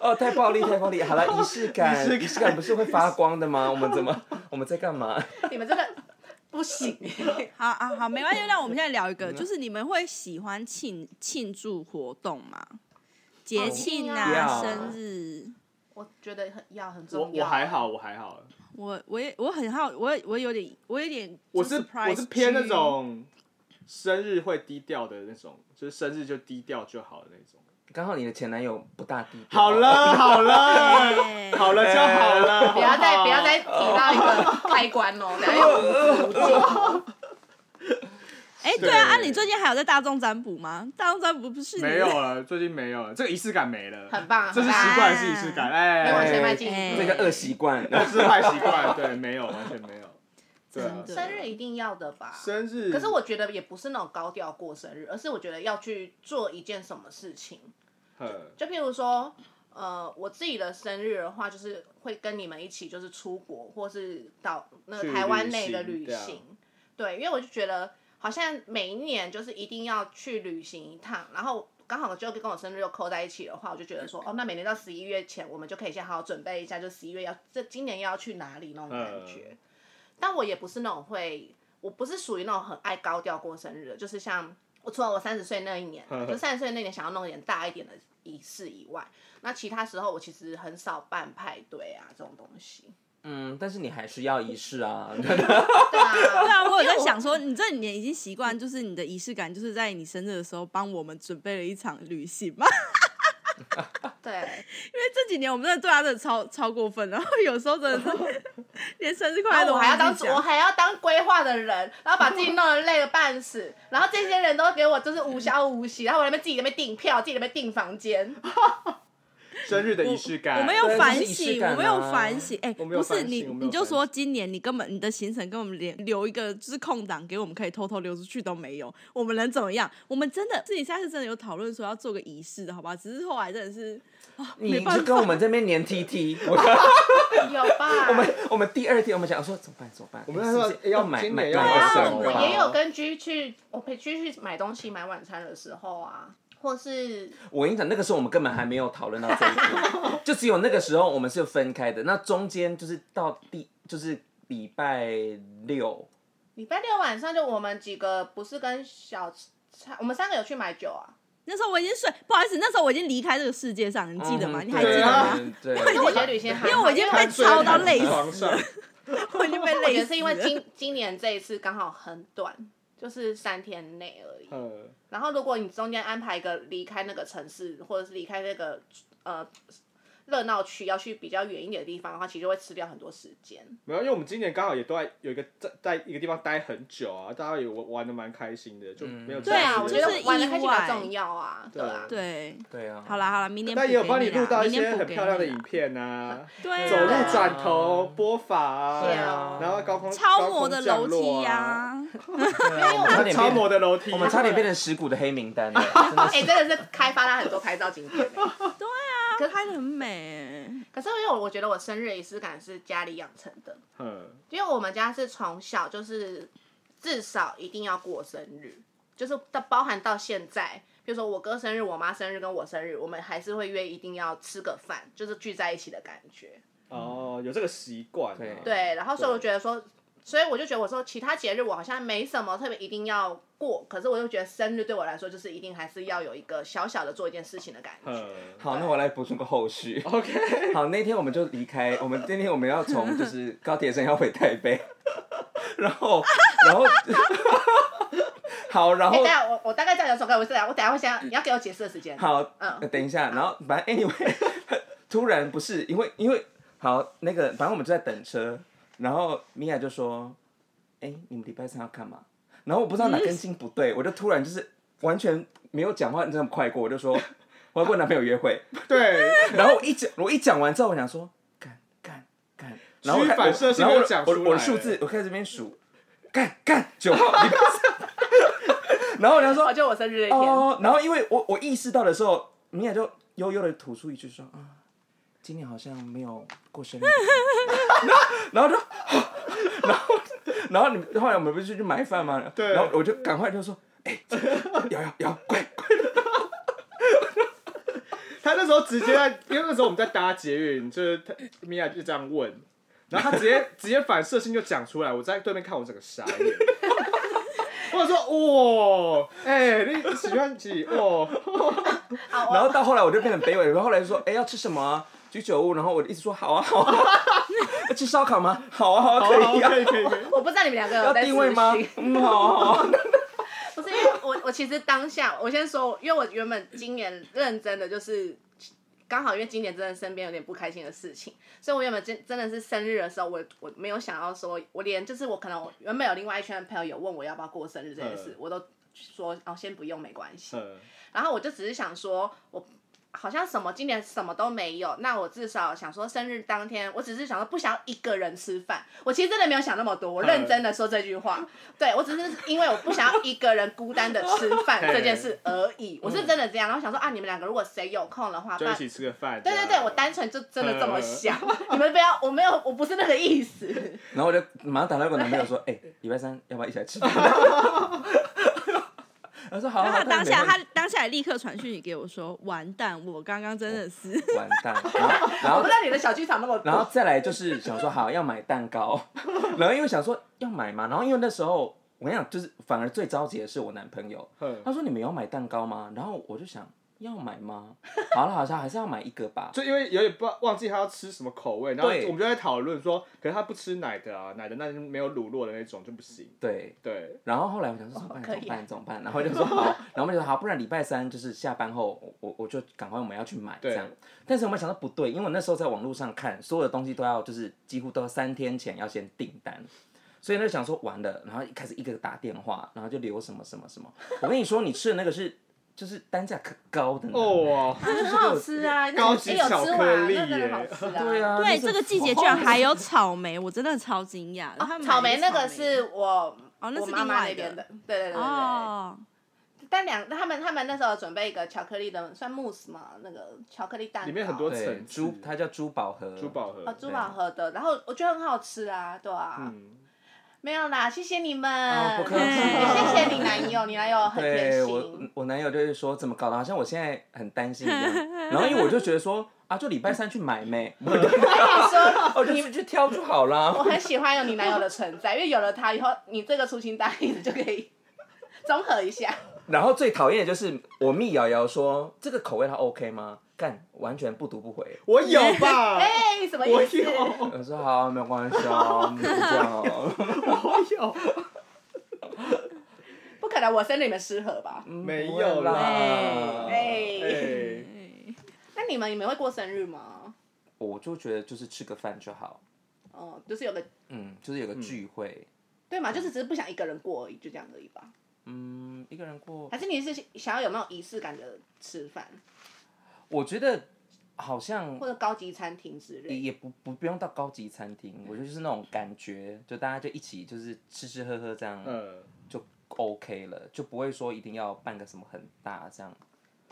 哦，太暴力，太暴力。好了，仪式感，
仪式感
仪式感不是会发光的吗？我们怎么，我们在干嘛？
你们真的不行，
好啊，好，没关系。那我们现在聊一
啊
个，就是你们会喜欢庆庆祝活动吗？节庆
一定
啊，
要
生日。
我觉得很要很
我
重
我
要。
还好，我还好，
我我也我很好，我我有点我有点，
我是我是偏那，种生日会低调的那种，就是生日就低调就好的那种。
刚好你的前男友不大低调。
好了好了
哎
好了就好了，
不要再
好好
不要再提到一个开关哦，等下又
哎、对
对
啊，啊，你最近还有在大众占卜吗？大众占卜不是你
没有了，最近没有了，这个仪式感没了，
很棒
这是
很棒
习惯是仪式感，
没往
哎，
前迈进
哎。
这个恶习 惯，
那是坏习惯，对，没有完全没 有，对啊，
真的
生日一定要的吧？
生日，
可是我觉得也不是那种高调过生日，而是我觉得要去做一件什么事情。
呃
就譬如说，呃，我自己的生日的话，就是会跟你们一起，就是出国或是到那
去
个台湾
旅
内的
行
旅
对啊
行。对，因为我就觉得好像每一年就是一定要去旅行一趟，然后刚好就跟我生日又扣在一起的话，我就觉得说，哦，那每年到十一月前，我们就可以先好好准备一下，就十一月要这今年要去哪里那种感觉。但我也不是那种会，我不是属于那种很爱高调过生日的，就是像我除了我三十岁那一年，就三十岁那年想要弄一点大一点的仪式以外，那其他时候我其实很少办派对啊这种东西。
嗯，但是你还是要仪 式啊。
对啊，
对啊，我有在想说，你这几年已经习惯，就是你的仪式感，就是在你生日的时候帮我们准备了一场旅行嘛。
对 对，
因为这几年我们真的对他真的超超过分，然后有时候真的是 连生日快
然
乐都
后我还要
忘
当
记
我
讲
还要当规划的人，然后把自己弄得累得半 死，然后这些人都给我就是无消无息，然后我在那边自己在那边订票，自己在那边订房间，
生日的仪式感，
我没有
对
反
这是仪式
省，
感
我没有
啊
反省。哎、
我没有
不是
反省
你，
我没有
你就
反
说今年你根本你的行程跟我们连留一个就是空档给我们可以偷偷溜出去都没有，我们能怎么样？我们真的自己下次真的有讨论说要做个仪式的，好吧？只是后来真的是
你
办
就跟我们这边黏 TT，我
有吧？
我们 我们第二天我们想说怎么办怎么办，
我们
是
那时候
不是
要
买
今
买
年
买
要
个
啊，
省
什
我
么
吧
们也有跟居去，我陪居去买东西、买晚餐的时候啊，或是
我跟你讲，那个时候我们根本还没有讨论到这一点， 就只有那个时候我们是分开的。那中间就是到第就是礼拜六，
礼拜六晚上就我们几个不是跟小蔡，我们三个有去买酒啊，
那时候我已经睡，不好意思，那时候我已经离开这个世界上，你记得吗？
嗯
你还记得
对啊
吗？？
对，
因为我觉得旅行还好，
因为我已经被
因为
看最
吵到
躺
累死
床上，
我已经被
我
累
觉
死了，
得是因为今今年这一次刚好很短，就是三天内而已。
呃，
然后如果你中间安排一个离开那个城市，或者是离开那个呃热闹区，要去比较远一点的地方的话，其实就会吃掉很多时间。
没有，因为我们今年刚好也都在有一个在在一个地方待很久啊，大家也玩玩的蛮开心的，就没有
嗯
这
对
样
啊，
子
我
就
觉
是
得玩的开心比较
意外
重要啊，对啊。
对。
对啊。
好，啦好啦，明年
但也有帮你录到一些很漂亮的影
影，
片啊，
对、啊，
走路
转
转头、播法
对
啊，
啊
然后高空啊
超模的楼梯
呀、
呀、
对啊我们差 点
超
变
模的楼梯，
我们差点变成石鼓的黑名单了， 真的
哎、真的是开发了很多拍照景点欸、
啊，拍的很美、
可是因为我觉得我生日仪式感是家里养成的，
嗯，
因为我们家是从小就是至少一定要过生日，就是到包含到现在，比如说我哥生日、我妈生日跟我生日，我们还是会约一定要吃个饭，就是聚在一起的感觉。
哦，有这个习惯、啊，
对
对，然后所以我
对
觉得说，所以我就觉得我说其他节日我好像没什么特别一定要过，可是我就觉得生日对我来说就是一定还是要有一个小小的做一件事情的感觉。
嗯，
好，那我来补充个 后续。
，OK，
好，那天我们就离开，我们那天我们要从就是高铁站要回台北， 然后然后 好，然
哎、
后
等一下我我大概这样有种感觉，我等一下我等一下会先，你要给我解释的时间。
好，
嗯
呃等一下，然后反正 anyway，突 然不是因为因为好那个，反正我们就在等车，然后米娅就说：“哎、你们礼拜三要干嘛？”然后我不知道哪根筋不对，我就突然就是完全没有讲话这么快过，我就说我要跟我男朋友约会，
对，
然后我一讲我一讲完之后，我想说干干干，然后我
居
开
反射
我
性
然后我
就讲
我
出
我的
来
数
了
字我开始这边数，干干九号礼拜三， 然后我就说
哦，就我生日那天。
哦，然后因为我我意识到的时候，米娅就悠悠的吐出一句说：“啊，今年好像没有过生日。” 然后然后就，然后然后 你们后来我们不是去买饭吗？
对
然后我就赶快就说：“哎、瑶瑶瑶，快快！
他那时候直接在，因为那时候我们在搭捷运， 就是他米娅就这样问，然后他直接直接反射性就讲出来，我在对面看我整个傻眼， 我想说哇，哎、你喜欢哦几哇？
然后到后来我就变成北纬，然后后来就说：“哎、要吃什么啊、居酒屋。”然后我一直说：“好啊，好啊。” 要吃烧烤吗？好啊，好啊，
好
可
好
以啊。
可以可以可 以，
我不知道你们两个有
要
在
定位吗
私讯？
嗯，好啊好啊。
不是因为我，我其实当下，我先说，因为我原本今年认真的就是，刚好因为今年真的身边有点不开心的事情，所以我原本真真的是生日的时候，我我没有想要说，我连就是我可能我原本有另外一圈的朋友有问我要不要过生日这件事
嗯，
我都说哦先不用没关系，
嗯，
然后我就只是想说，我好像什么今年什么都没有，那我至少想说生日当天，我只是想说不想要一个人吃饭。我其实真的没有想那么多，我认真的说这句
嗯
话。对我只是因为我不想要一个人孤单的吃饭这件事而已，我是真的这样。然后想说啊，你们两个如果谁有空的话，
嗯就
不
一
然
起嗯吃个饭。
对对对，我单纯就真的这么想，你们不要，我没有，我不是那个 意思。
然后我就马上打电话给我男朋友说：“哎、礼拜三要不要一起来吃饭？” 他说：“好、
然
啊。好
后
啊
他”当下
没问
他当下也立刻传讯息给我说：“完蛋，我刚刚
哦
真的是
题完蛋，然后然
我不
后
知道你的小剧场那么
然后
多，
再来就是想说好要买蛋糕， 然后因为想说要买嘛，然后因为那时候我跟你讲，就是反而最着急的是我男朋友，
嗯，
他说你们有买蛋糕吗？然后我就想要买吗？好了，好像还是要买一个吧。
就因为有点不知道忘记他要吃什么口味，然后
对
我们就在讨论说，可是他不吃奶的啊，奶的那就没有乳酪的那种就不行。
对，
对，
然后后来我想
哦
说怎么办？
可
怎
以
么
啊
办？怎么办？然后就 说好，然后我们就说好，不然礼拜三就是下班后，我我我就赶快我们要去买这
对
样。但是我们想到不对，因为我那时候在网络上看，所有的东西都要就是几乎都要三天前要先订单。所以呢，想说完了，然后一开始一个个打电话，然后就留什么什么什么。我跟你说，你吃的那个是就是单价可高的呢。
哦，
很好吃啊，
高级
哎有吃
巧
完
克
啊
力
那真的
耶
好吃啊。
对啊，
对，
那是
这个季节居然还有草莓，我真的超惊讶。他
哦
们
草莓
买
那
的
个是我
哦那是
我妈
另
妈
外
那
的
边的，对对对对对。
哦，
但两他们他们那时候有准备一个巧克力的，算慕斯嘛，那个巧克力蛋糕
里面很多
对
层嗯
珠，它叫珠宝盒，
珠宝盒
哦，珠宝盒的，然后我觉得很好吃啊，对啊，
嗯，
没有啦，谢谢你们，
哦不客气
也谢谢你男友，你男友很贴
对我嗯
心，
我男友就是说怎么搞的，好像我现在很担心 一样。然后因为我就觉得说啊，就礼拜三去买呗，
嗯
我就
我跟你说。
我就去去挑就好
我
啦。
很喜欢有你男友的存在，因为有了他以后，你这个粗心大意的就可以综合一下。
然后最讨厌的就是我密瑶瑶说这个口味它 OK 吗？干完全不读不回。
我有吧？
哎、什么
我
意思？
有，
我说好，没有关系哦，就这样哦。
我有，
不可能，我生的你们失和吧？
没有啦。
哎
哎、
哎，
那你们你们会过生日吗？
我就觉得就是吃个饭就好，
哦、就是有个
嗯，就是有个聚会，
对
嗯
嘛，就是只是不想一个人过而已，就这样而已吧。
嗯，一个人过
还是你是想要有没有仪式感的吃饭，
我觉得好像
或者高级餐厅之
也
类的？
也不不不用到高级餐
嗯
厅，我觉得就是那种感觉，就大家就一起就是吃吃喝喝这样，
呃，
就 OK 了，就不会说一定要办个什么很大这样。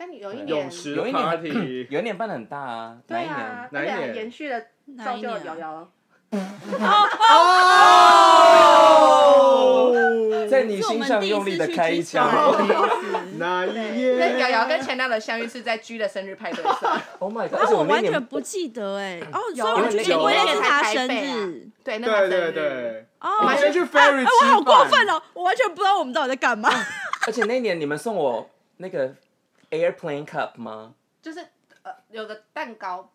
但你有一
泳
年，
池
有一年
party， 嗯
有一年办的很大啊，
对
哪一
啊
哪一
年？，
年
对啊，延续了
哪
造
一
就了
年
瑶
啊？
瑶。
哦，
在你心上用力的开一枪。
哪一
那
年？
瑶瑶跟前男友的相遇是在 G 的生日派 对上，
Oh my god！
啊，我
们那
完
年嗯
全不记得哎。哦，
有
所以我
很
去
久
我也
了
是他生
台北
日。
对，那个
对
生日
对，对，
啊
哦，
我
我
们
还
先去 ferry
哎，我好
吃
过分
饭。
哦！我完全不知道我们到底在干嘛。
而且那年你们送我那个 airplane cup 吗？
哦
就是呃有个蛋糕，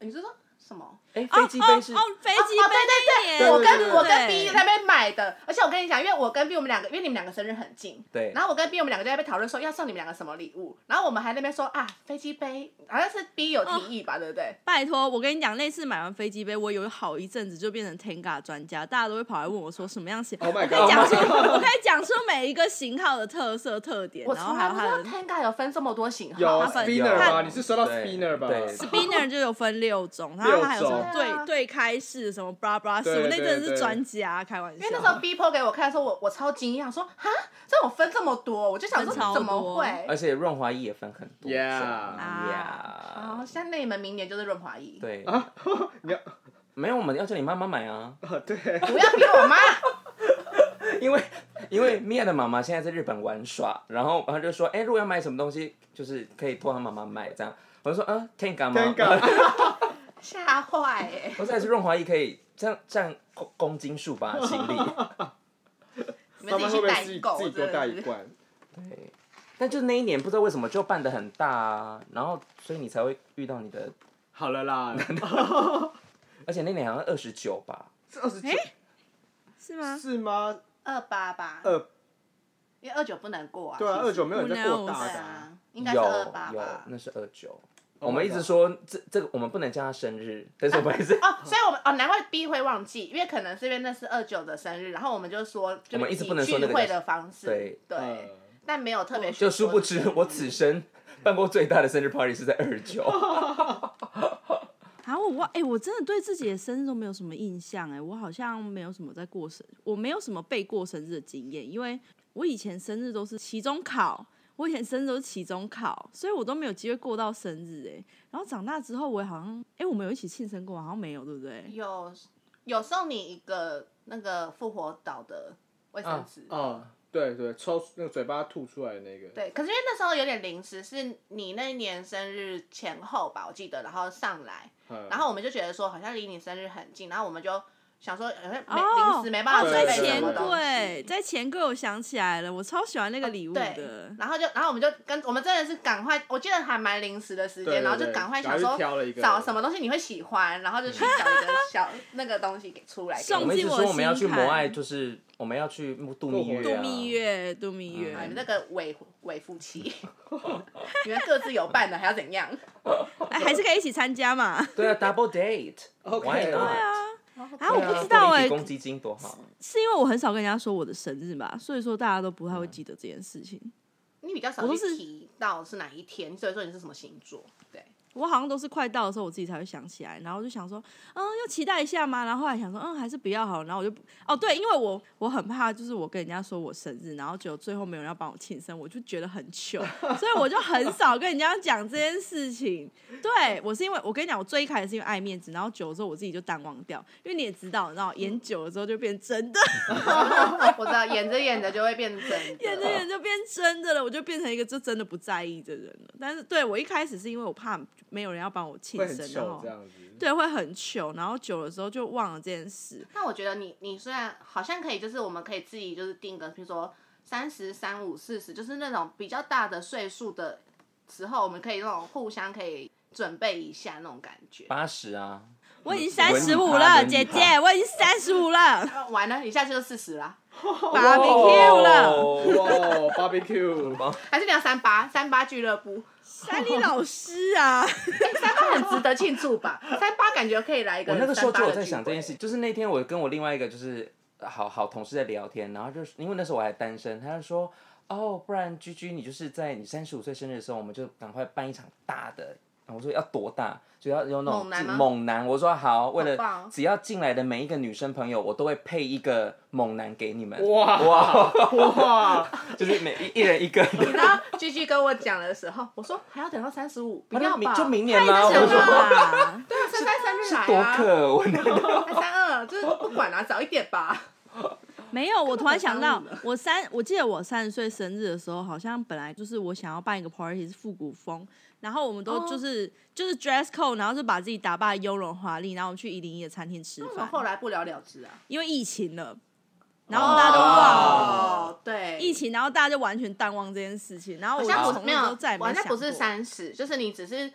你是说什么？
哎，
哦
飞机杯是
哦，哦飞
哦
机
哦
杯
对对
那
对，
年
我
对
跟我跟
对
B 在那边买的，而且我跟你讲，因为我跟 B 我们两个，因为你们两个生日很近，
对
然后我跟 B 我们两个就在那边讨论说要送你们两个什么礼物，然后我们还在那边说啊飞机杯，好像是 B 有提议吧，对不对？
拜托，我跟你讲，那次买完飞机杯，我有好一阵子就变成 Tenga 专家，大家都会跑来问我说什么样型。
Oh
我
my
可以讲
god！
出，我可以讲出每一个型号的特色特点，
我
然后
从
还
来
有
不知
它
道
的
Tenga 有分这么多型
有
号，
他本
spinner 吧？
他
你是收到
对
spinner 吧？
对
spinner 就有分六种，然后它还有什么
六种
对对开式什么 bra bra 式，
对
我那真的
对对
是专家，开玩
因
笑
为。那时候 B PO 给我看的时候，我我超惊讶，说哈，这我分这么多，我就想说
分超
怎么
多
哎
会？
而且润滑液也分很多种
Yeah
啊
哦，
，Yeah，
像那你们明年就是润滑液，
对，
啊你要
没有我们要叫你妈妈 买啊，
啊对，
不要逼我妈。
因为 因为 Mia 的妈妈现在在日本玩耍，然后然后就说，哎、如果要买什么东西，就是可以托她妈妈买这样。我就说，嗯，Tenga 吗
尴尬。
吓 坏哎！
我说还是润滑液可以这样这样公公斤数吧，行 李。
你
妈
们
妈
自
会
己
不
去
会自己
代
自己
购，
多
真的
带
是
一罐？
对，但就那一年不知道为什么就办的很大啊，然后所以你才会遇到你的，
好了 啦，
而且那年好像二十九吧，
这二十九
是吗？
是吗？
二八吧，
二
因为二九不能过啊。
对啊，
其
二
实
九没有人在过大
对
的啊。
啊，应该是二八
有有
吧，。
那是二九。
Oh my
我们一直说这这个我们不能叫他生日，但是我们还是。
哦，所以我们哦，难怪 B 会忘记，因为可能是因为那是二九的生日，然后我们就说，就
我们一直不能
以
说那
聚
个
会的方式，
对嗯
对，
呃
但没有特别去
就
说。
殊不知，我此生办过最大的生日 party 是在二 九。
啊，我忘哎、我真的对自己的生日都没有什么印象哎、我好像没有什么在过生，我没有什么被过生日的经验，因为我以前生日都是期中考，我以前生日都是期中考，所以我都没有机会过到生日哎、然后长大之后，我也好像哎、我们有一起庆生过吗，好像没有，对不对？
有有送你一个那个复活岛的卫生纸。
嗯
啊，对对，抽那个嘴巴吐出来的那个。
对，可是因为那时候有点临时，是你那一年生日前后吧，我记得，然后上来，
嗯
然后我们就觉得说好像离你生日很近，然后我们就想说呃没
哦，
临时没办法
哦，
准
在
备什
钱
么东
柜，
西。
在钱柜，我想起来了，我超喜欢那个礼物的
哦对，。然后就，然后我们就跟我们真的是赶快，我记得还蛮临时的时
对对
间，然后
对
就赶快
然后
想
就
说
挑了一个
找什么东西你会喜欢，然后就去找一个 小那个东西给出来给
送
我
你。
们一直说我们要去摩
忘记我的
爱，
心
就是我们要去度蜜月、啊，
对
度蜜月，度蜜月
啊，你们那个伪伪夫妻， 你们各自有伴的，还要 怎样？
哎，还是可以一起参加嘛。
对啊，double date，why
OK 对
not？
啊
啊，我
对啊
不知道
多一
哎
笔，公积金多好。
是因为我很少跟人家说我的生日吧，所以说大家都不太会记得这件事情。
你比较少
我都
去
是
提到是哪一天，所以说你是什么星座，对。
我好像都是快到的时候，我自己才会想起来，然后就想说，嗯，要期待一下嘛。然后后来想说，嗯，还是比较好。然后我就不哦，对，因为我我很怕，就是我跟人家说我生日，然后结果最后没有人要帮我庆生，我就觉得很 糗，所以我就很少跟人家讲这件事情。对我是因为我跟你讲，我最一开始是因为爱面子，然后久了之后我自己就淡忘掉，因为你也知道，然后 演久了之后就变真的，
我知道，演着演着就会变真
演着
的。
演着就变真的了，我就变成一个就真的不在意的人了。但是对我一开始是因为我怕没有人要帮我庆
会很
生，然
糗
哦
后
这。样子。
对，会很糗，然后久了之后就忘了这件事。
那我觉得你你虽然好像可以，就是我们可以自己就是定个，比如说三十三五四十，就是那种比较大的岁数的时候，我们可以那种互相可以准备一下那种感觉。
八十啊，
我
嗯
已经
文
三
理
十
趴
五
文
了，
理
姐
趴
姐，我已经三十五了
那完了，一下就是四十啦，
，barbecue 了，
哦
哇，barbecue，
还是你要三八三八俱乐部，
山里老师啊，
三八很值得庆祝吧？三八感觉可以来一个。
我那个时候就有在想这件事，，就是那天我跟我另外一个就是好好同事在聊天，然后就是因为那时候我还单身，他就说哦，不然居居你就是在你三十五岁生日的时候，我们就赶快办一场大的。然后我说要多大，就要用那种
猛男吗
猛男。我说好，为
好棒
了
哦
只要进来的每一个女生朋友，我都会配一个猛男给你们。
哇
哇，
哇，
就是每一一人一个。
然后居居跟我讲的时候，我说还要等到三十五，不要
他啊明
吧，
就明年
太
啦。我
想
说
啦，
对啊，三三生日来啊，
多可，我那
那三二就是不管啦、早一点 吧。
没有，我突
本
然想
耽
到
误了，
我三，我记得我三十岁生日的时候，好像本来就是我想要办一个 party 是复古风，然后我们都
哦
就是、就是 dress code，然后就把自己打扮得雍容华丽，然后我们去一零一的餐厅吃
为什么
饭，
后来不了了之啊？
因为疫情了，然后大家都忘了。
哦，对，
疫。情，然后大家就完全淡忘这件事情，然后
好
我
像
就
不
从
没
那时候
有
再也，没
好
有
像
想
不是
过
三十，就是你只是，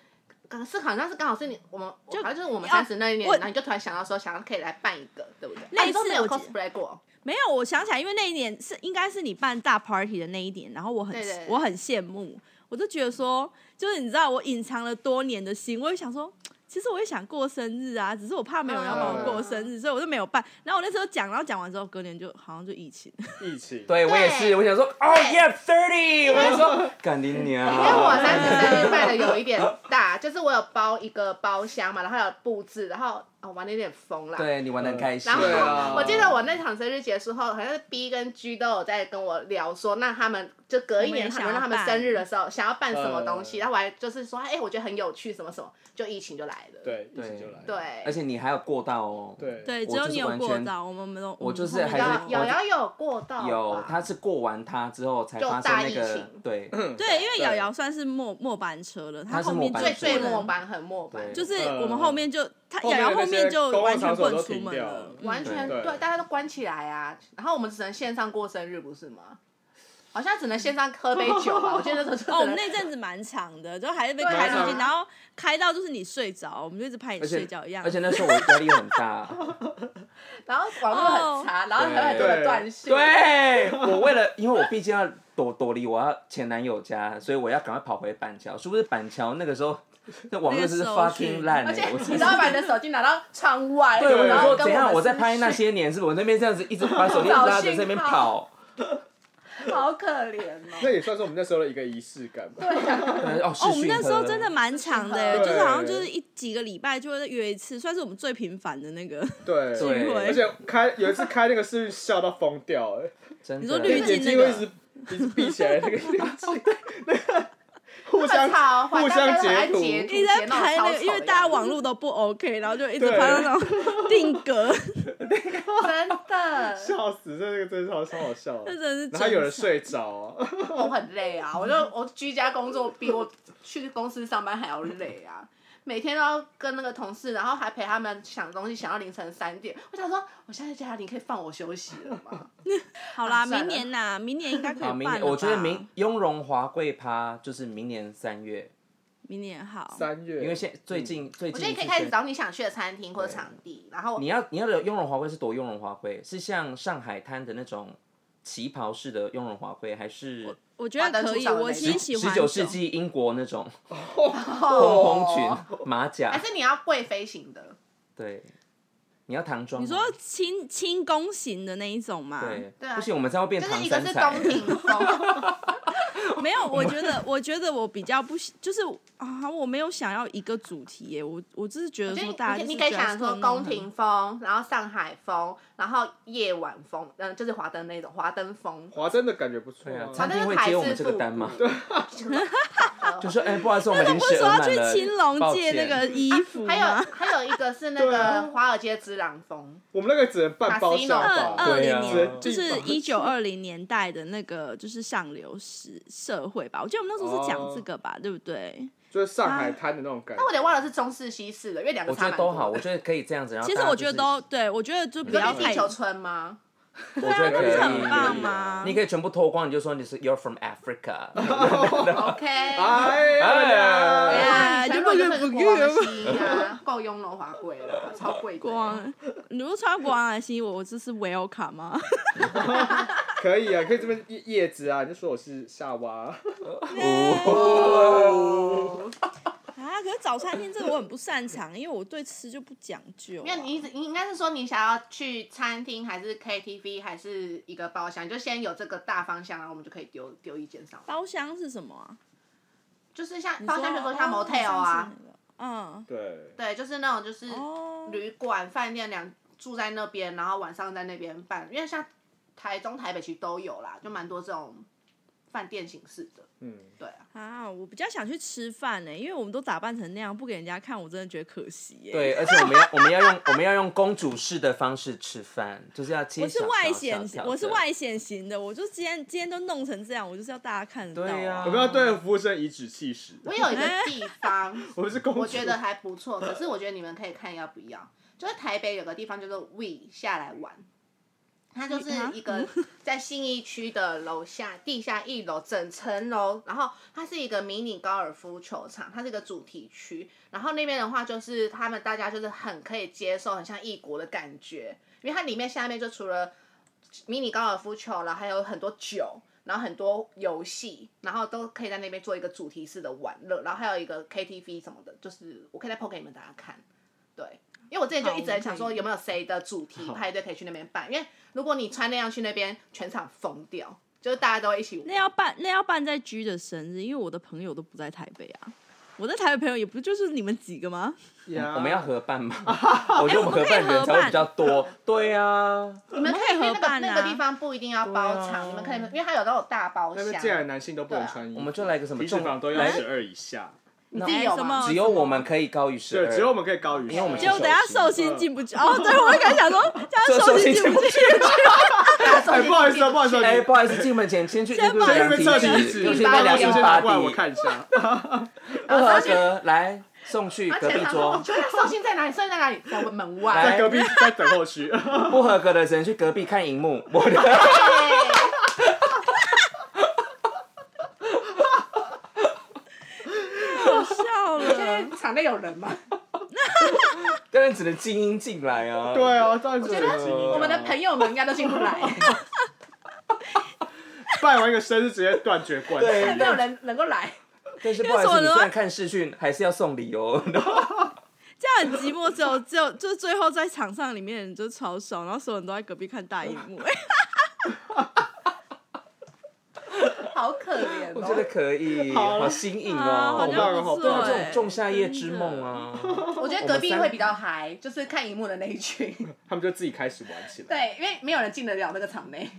呃是好像是刚好是你我们
就
就好像就是我们
要
三十那一年，
我
然后你就突然想到说想要可以来办一个，对不对？
类似
啊你都没有
我记
cosplay 过，
没有，我想起来，因为那一年是应该是你办大 party 的那一年，然后我很
对对对
我很羡慕，我就觉得说，就是你知道我隐藏了多年的心，我就想说。其实我也想过生日啊，只是我怕没有人要帮我过生日，
嗯
所以我就没有办。然后我那时候讲，然后讲完之后，隔年就好像就疫情。
疫情，
对我也是，
对
我想说，哦，yeah thirty，我就说，干你娘！
因为我三十生日办的有一点大，就是我有包一个包厢嘛，然后还有布置，然后啊玩的有点疯啦，
对你玩的很开心。
然后
对啊
我记得我那场生日结束后，好像是 B 跟 G 都有在跟我聊说，那他们就隔一年
我们也
他
想要
们让他们
办
生日的时候想要办什么东
嗯
西，
呃
然后我还就是说，哎、我觉得很有趣，什么什么，就疫情就来了。
对，疫
对
情就来了，
对，
而且你还有过到哦。。
对
对，只
我
有
就是
你有
完全
过到，我们没有。
我就是
们后
还
面
是
没
瑶
有
瑶瑶有过到吧
有，他是过完他之后才
就
发生
大
那
疫
个
情，
对，
对，因为
对
瑶瑶算是末末班车了，她
她是
后面
末班
最
最
最
车
末，班很末班，
对
就是
呃
我们后面就她
后面的
瑶瑶后
那
面
些
就
公共
完
场
全
所
不能
都
出
停
门
掉
了
了，
嗯
完全
对
对，大家都关起来啊，然后我们只能线上过生日，不是吗？好像只能线上 喝杯酒吧，我觉得这是
哦，我们那阵子蛮长的，就还是被
对
开
啊
出去，然后开到就是你睡着，我们就一直拍你睡觉一样。
而且那时候我压力很大，
然后网络
哦
很差，然后还有很多的断讯，
对我为了，因为我毕竟要躲躲离我要前男友家，所以我要赶快跑回板桥，是不是板桥那个时候那网络真是
那个搜寻
fucking 烂
而且
欸，我
你
真
知
的
道把你的手机拿到窗外，
对，我
然
想
后
说
跟
怎样？
们
我在拍那
私
些年，是不是我那边这样子一直把手机拉着在那边跑？
讯，好可怜哦。
那也算是我们那时候的一个仪式感吧。
对哦，
哦，
视
我们
讯
那时候
喝
真的蛮长的耶，
对
就是好像就是一几个礼拜就会约一次，算是我们最频繁的那个。
对，
对
聚会
而且开有一次开那个视讯笑到疯掉，哎，
真的
你说滤镜
眼睛会一直一直闭起来，那个那个那个互 相
吵，
互相截图，
截 图
一直在拍那
那
个，因为大家网络都不 OK，然后就一直
对
拍那种 定格，
真 的，
笑死，这个真的超超好笑
那
的。
真的是
然后有人
正常
睡着啊，
我很累啊，我就我居家工作比我去公司上班还要累啊。每天都要跟那个同事，然后还陪他们想东西，想到凌晨三点。我想说，我现在在家里可以放我休息了 吗？
好啦，
啊算了
明年呐，明年应该可以
好，
办
明年
了
我觉得
吧
明雍容华贵趴就是明年三月，
明年好，
三月，
因为现
嗯
最近、最
我觉得
近
你可以
是
开始
宣
找你想去的餐厅或者场地，然后
你要你要的雍容华贵是多雍容华贵，是像上海滩的那种旗袍式的雍容华贵，还是
我觉得可以，
花灯初上的
我
那种
挺喜欢
十
这
九世
种
纪英国那种
哦
蓬裙、马
还
甲？
是你要贵妃型的，
对，你要唐装吗。
你说清清宫型的那一种嘛？
对，
对啊
不行，我们这样会变
就是
唐
一个
三
是
彩啊
宫。廷风，
没有，我觉得，我 觉得我比较不喜，就是啊，我没有想要一个主题耶，我我只是觉
我
得
觉
说
得
大
你
家
你
就
可
是
以想
dress
说
code
宫
弄
廷
得
风，然后上海风，然后夜晚风，嗯，就是华灯那种华灯风。
嗯华真的感觉不错、
对啊，
华
餐
灯
厅会
是台
接我
式
们这个
复
单
古
吗？
呃
就说哎，不好意思，我们临
不
时
是说
额
要
满了。
去青龙
抱
借那
歉
个衣服
啊还有
吗？
还有一个是那
对啊
个华尔街之狼风，
我们那个只能半包厢吧，
Casino
对啊
2020
只能
就
地
是
方
一九二零年代的那个，就是上流时社会吧。我记得我们那时候是讲这个
哦
吧，对不对？
就是上海滩的那种感觉。
那我有点忘了是中式西式的，因为两
我
个
觉
差
得
蛮
都
多
好，我
的。
觉得可以这样子。然后
其实
大家
我
就
觉得
是
都对，我觉得就不
你说
要
变
太
地球村吗？
我觉得可
啊不
以，
是很棒吗
你可以全部脱光，你就说你是 You're from Africa，
OK，
哎呀，
对啊，
哎
你
就
穿
不
入
给不
就是国
给
王西啊，够雍容华贵了，超贵的。
光，你如果穿国王的西，我我这是啊 w 欧卡吗？
可以啊，可以这边叶叶子啊，你就说我是夏娃，
哦，
啊，可是早餐店这个我很不擅长，因为我对吃就不讲究、啊。
没有，你一直你应该是说你想要去餐厅，还是 KTV，还是一个包厢？就先有这个大方向，然后我们就可以丢丢意见上来。
包厢是什么啊？
就是像
你
包厢，比如说像 motel 啊，，
哦
对，
对，就是那种就是
好像是那个嗯，哦，
旅馆、饭店两住在那边，然后晚上在那边办，因为像台中、台北区都有啦，就蛮多这种饭店形式的。
嗯，
对啊，
啊，我比较想去吃饭欸呢、因为我们都打扮成那样，不给人家看，我真的觉得可惜耶、
对，而且我们要我们要用我们要用公主式的方式吃饭，就是要切
我是
小条
外
小
显
条，
我是
的。
外显型的，我就今天今天都弄成这样，我就是要大家看得到、啊
对呀
我们要对服务生颐指气使，
我有一个地方，
我们是公主，
我觉得还不错，可是我觉得你们可以看要不要。就是台北有个地方叫做 We 下来玩，它就是一个在信义区的楼下地下一楼整层楼，然后它是一个迷你高尔夫球场，它是一个主题区。然后那边的话就是他们大家就是很可以接受，很像异国的感觉，因为它里面下面就除了迷你高尔夫球了，还有很多酒，然后很多游戏，然后都可以在那边做一个主题式的玩乐，然后还有一个 KTV 什么的，就是我可以再 PO 给你们大家看。对，因为我之前就一直很想
好我们
说
可以
有没有谁的主题派对可以去那边办，因为如果你穿那样去那边，全场疯掉，就是大家都会一起玩
那。要办那要办在 G 的生日，因为我的朋友都不在台北啊。我在台北朋友也不就是你们几个吗？
呀
我们要合办 吗？我觉得我们合
哎我们可
办
以
人
合
才会比
办
较多。对啊呀，
你们可以去那
合
个、
办
那
啊
个地方不一定要包
对啊
场，你们可以，因为它有那种大包
那
厢，
边既然男性都不能穿衣服，
我们就来个什么
体脂
重
肪都要
来
十二以下，
你自己有
什
吗
么？
只有我们可以高于十
对，
二，
只有我们可以高于十二，
因为我们
结果
是
等下
手
寿
心啊
星进不去哦，对我也敢想 说，这
这
样
寿
寿星
星进
进
不
不
去
去，
哎，不好意思啊，不好意思啊，
哎，
你
不好意啊思，进门前先去
先
那
把
个
这
量
边测体
体
脂，
尤
你
其
先把
那量
你
量体
体
脂
八
过来我
底，
看一下，
不合格，来送去
而
隔
且
壁
然后我
桌。
觉得寿星在哪里？寿星在哪里？在门
来
外。
在隔壁在等候区，
不合格的只能去隔壁看荧幕。我的
好笑了。
场内有人吗？
当然只能精英进来啊。
对啊，这样子
我觉
很
得
惊讶
我们的朋友们应该都进不来，
办完一个生日直接断绝关
对
没
系，
有人能够来。
但是不好
因
意
为所有
思，你
人
虽
都
然看视讯，还是要送礼 哦。
这样很寂寞，只有只有就最后在场上里面人就超爽，然后所有人都在隔壁看大荧 幕。
好可怜
我觉得
哦！
可以，
好
好新颖
啊好
哦，
棒哦
像
好
不错
棒
对
哦
这
欸
种仲夏夜之梦啊。
我觉得隔壁会比较嗨，就是看荧幕的那一群。
他们就自己开始玩起来，
对，因为没有人进得了那个场内。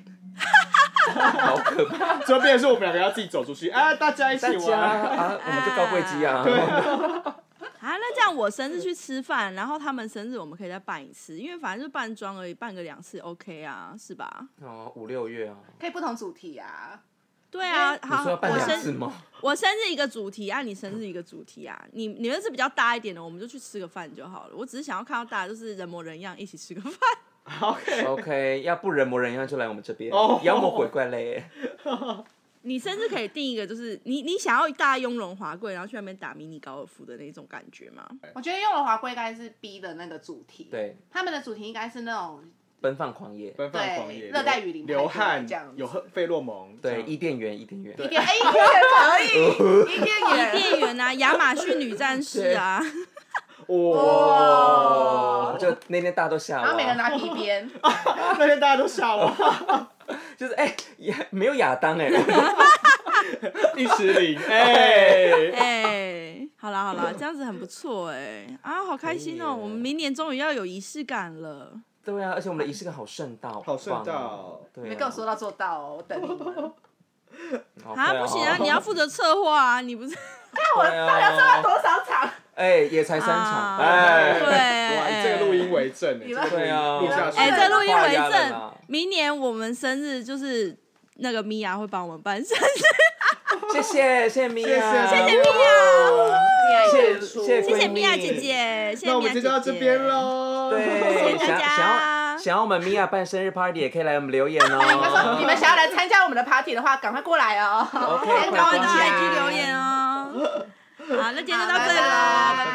好可怕！
所以变成是我们两个要自己走出去，啊，大家一
大
起
家
玩，
啊，我们就高贵鸡啊。
啊，那这样我生日去吃饭，然后他们生日我们可以再办一次，因为反正就扮装而已，办个两次 OK 啊，是吧？
哦，五六月啊，
可以不同主题啊。
对啊，
哎你
好，
说要办
我
两次
生
吗？
我生日一个主题啊，你生日一个主题啊，你你们是比较大一点的，我们就去吃个饭就好了。我只是想要看到大家就是人模人样一起吃个饭。
OK，
OK，要不人模人样就来我们这边
哦，
妖魔鬼怪嘞。
你甚至可以定一个，就是你你想要大家雍容华贵，然后去那边打迷你高尔夫的那种感觉吗？
我觉得用了华贵应该是 B 的那个主题，，
对，
他们的主题应该是那种
奔放狂野。
奔放狂野，
对热带雨林
流汗
派对这样，子
有荷费洛蒙，这
嗯
对，
样
伊甸园，伊甸园。
一点 A 也可以，一点
伊
也
甸园啊，亚马逊女战士啊，
哇
哦哇，
哦
哦就啊那天大家都啊吓
然后每个人
我，
拿皮 鞭，
那天大家都吓我，
就是哎，也没有亚 当哎，
玉石林，哎，
哎、好啦好啦，这样子很不错哎、啊，好开心哦、
可以耶
我们明年终于要有仪式感了。
对啊，而且我们的仪式感好盛大，
好盛
棒哦
大哦
对啊，
你们跟我说到做到哦，我等你们。
好
啊，不行啊，你要负责策划啊，你不是？
那我
啊
到底要上了多少场？
哎，也才三场，
啊
哎，
对
哇，你这个录音为证，哎
你们
这个录音
对啊
录下去，
哎、这录音为
画押了啦
证，明年我们生日就是那个米娅会帮我们办生日，
谢谢，谢谢米娅，
谢谢谢谢
谢
谢
谢谢
谢闺蜜
米娅姐姐，谢谢
那我
米娅
们就
姐姐。
到这边喽，
对，
谢谢大
想
家
想要想要我们米娅办生日 party 也可以来我们留言
他说你
哦。
们想要来参加我们的 party 的话，赶快过来哦。
OK，
先
然
赶
后
快
到
过来
快
IG 留言哦。好，那今天就到这里
好
了，
拜拜
拜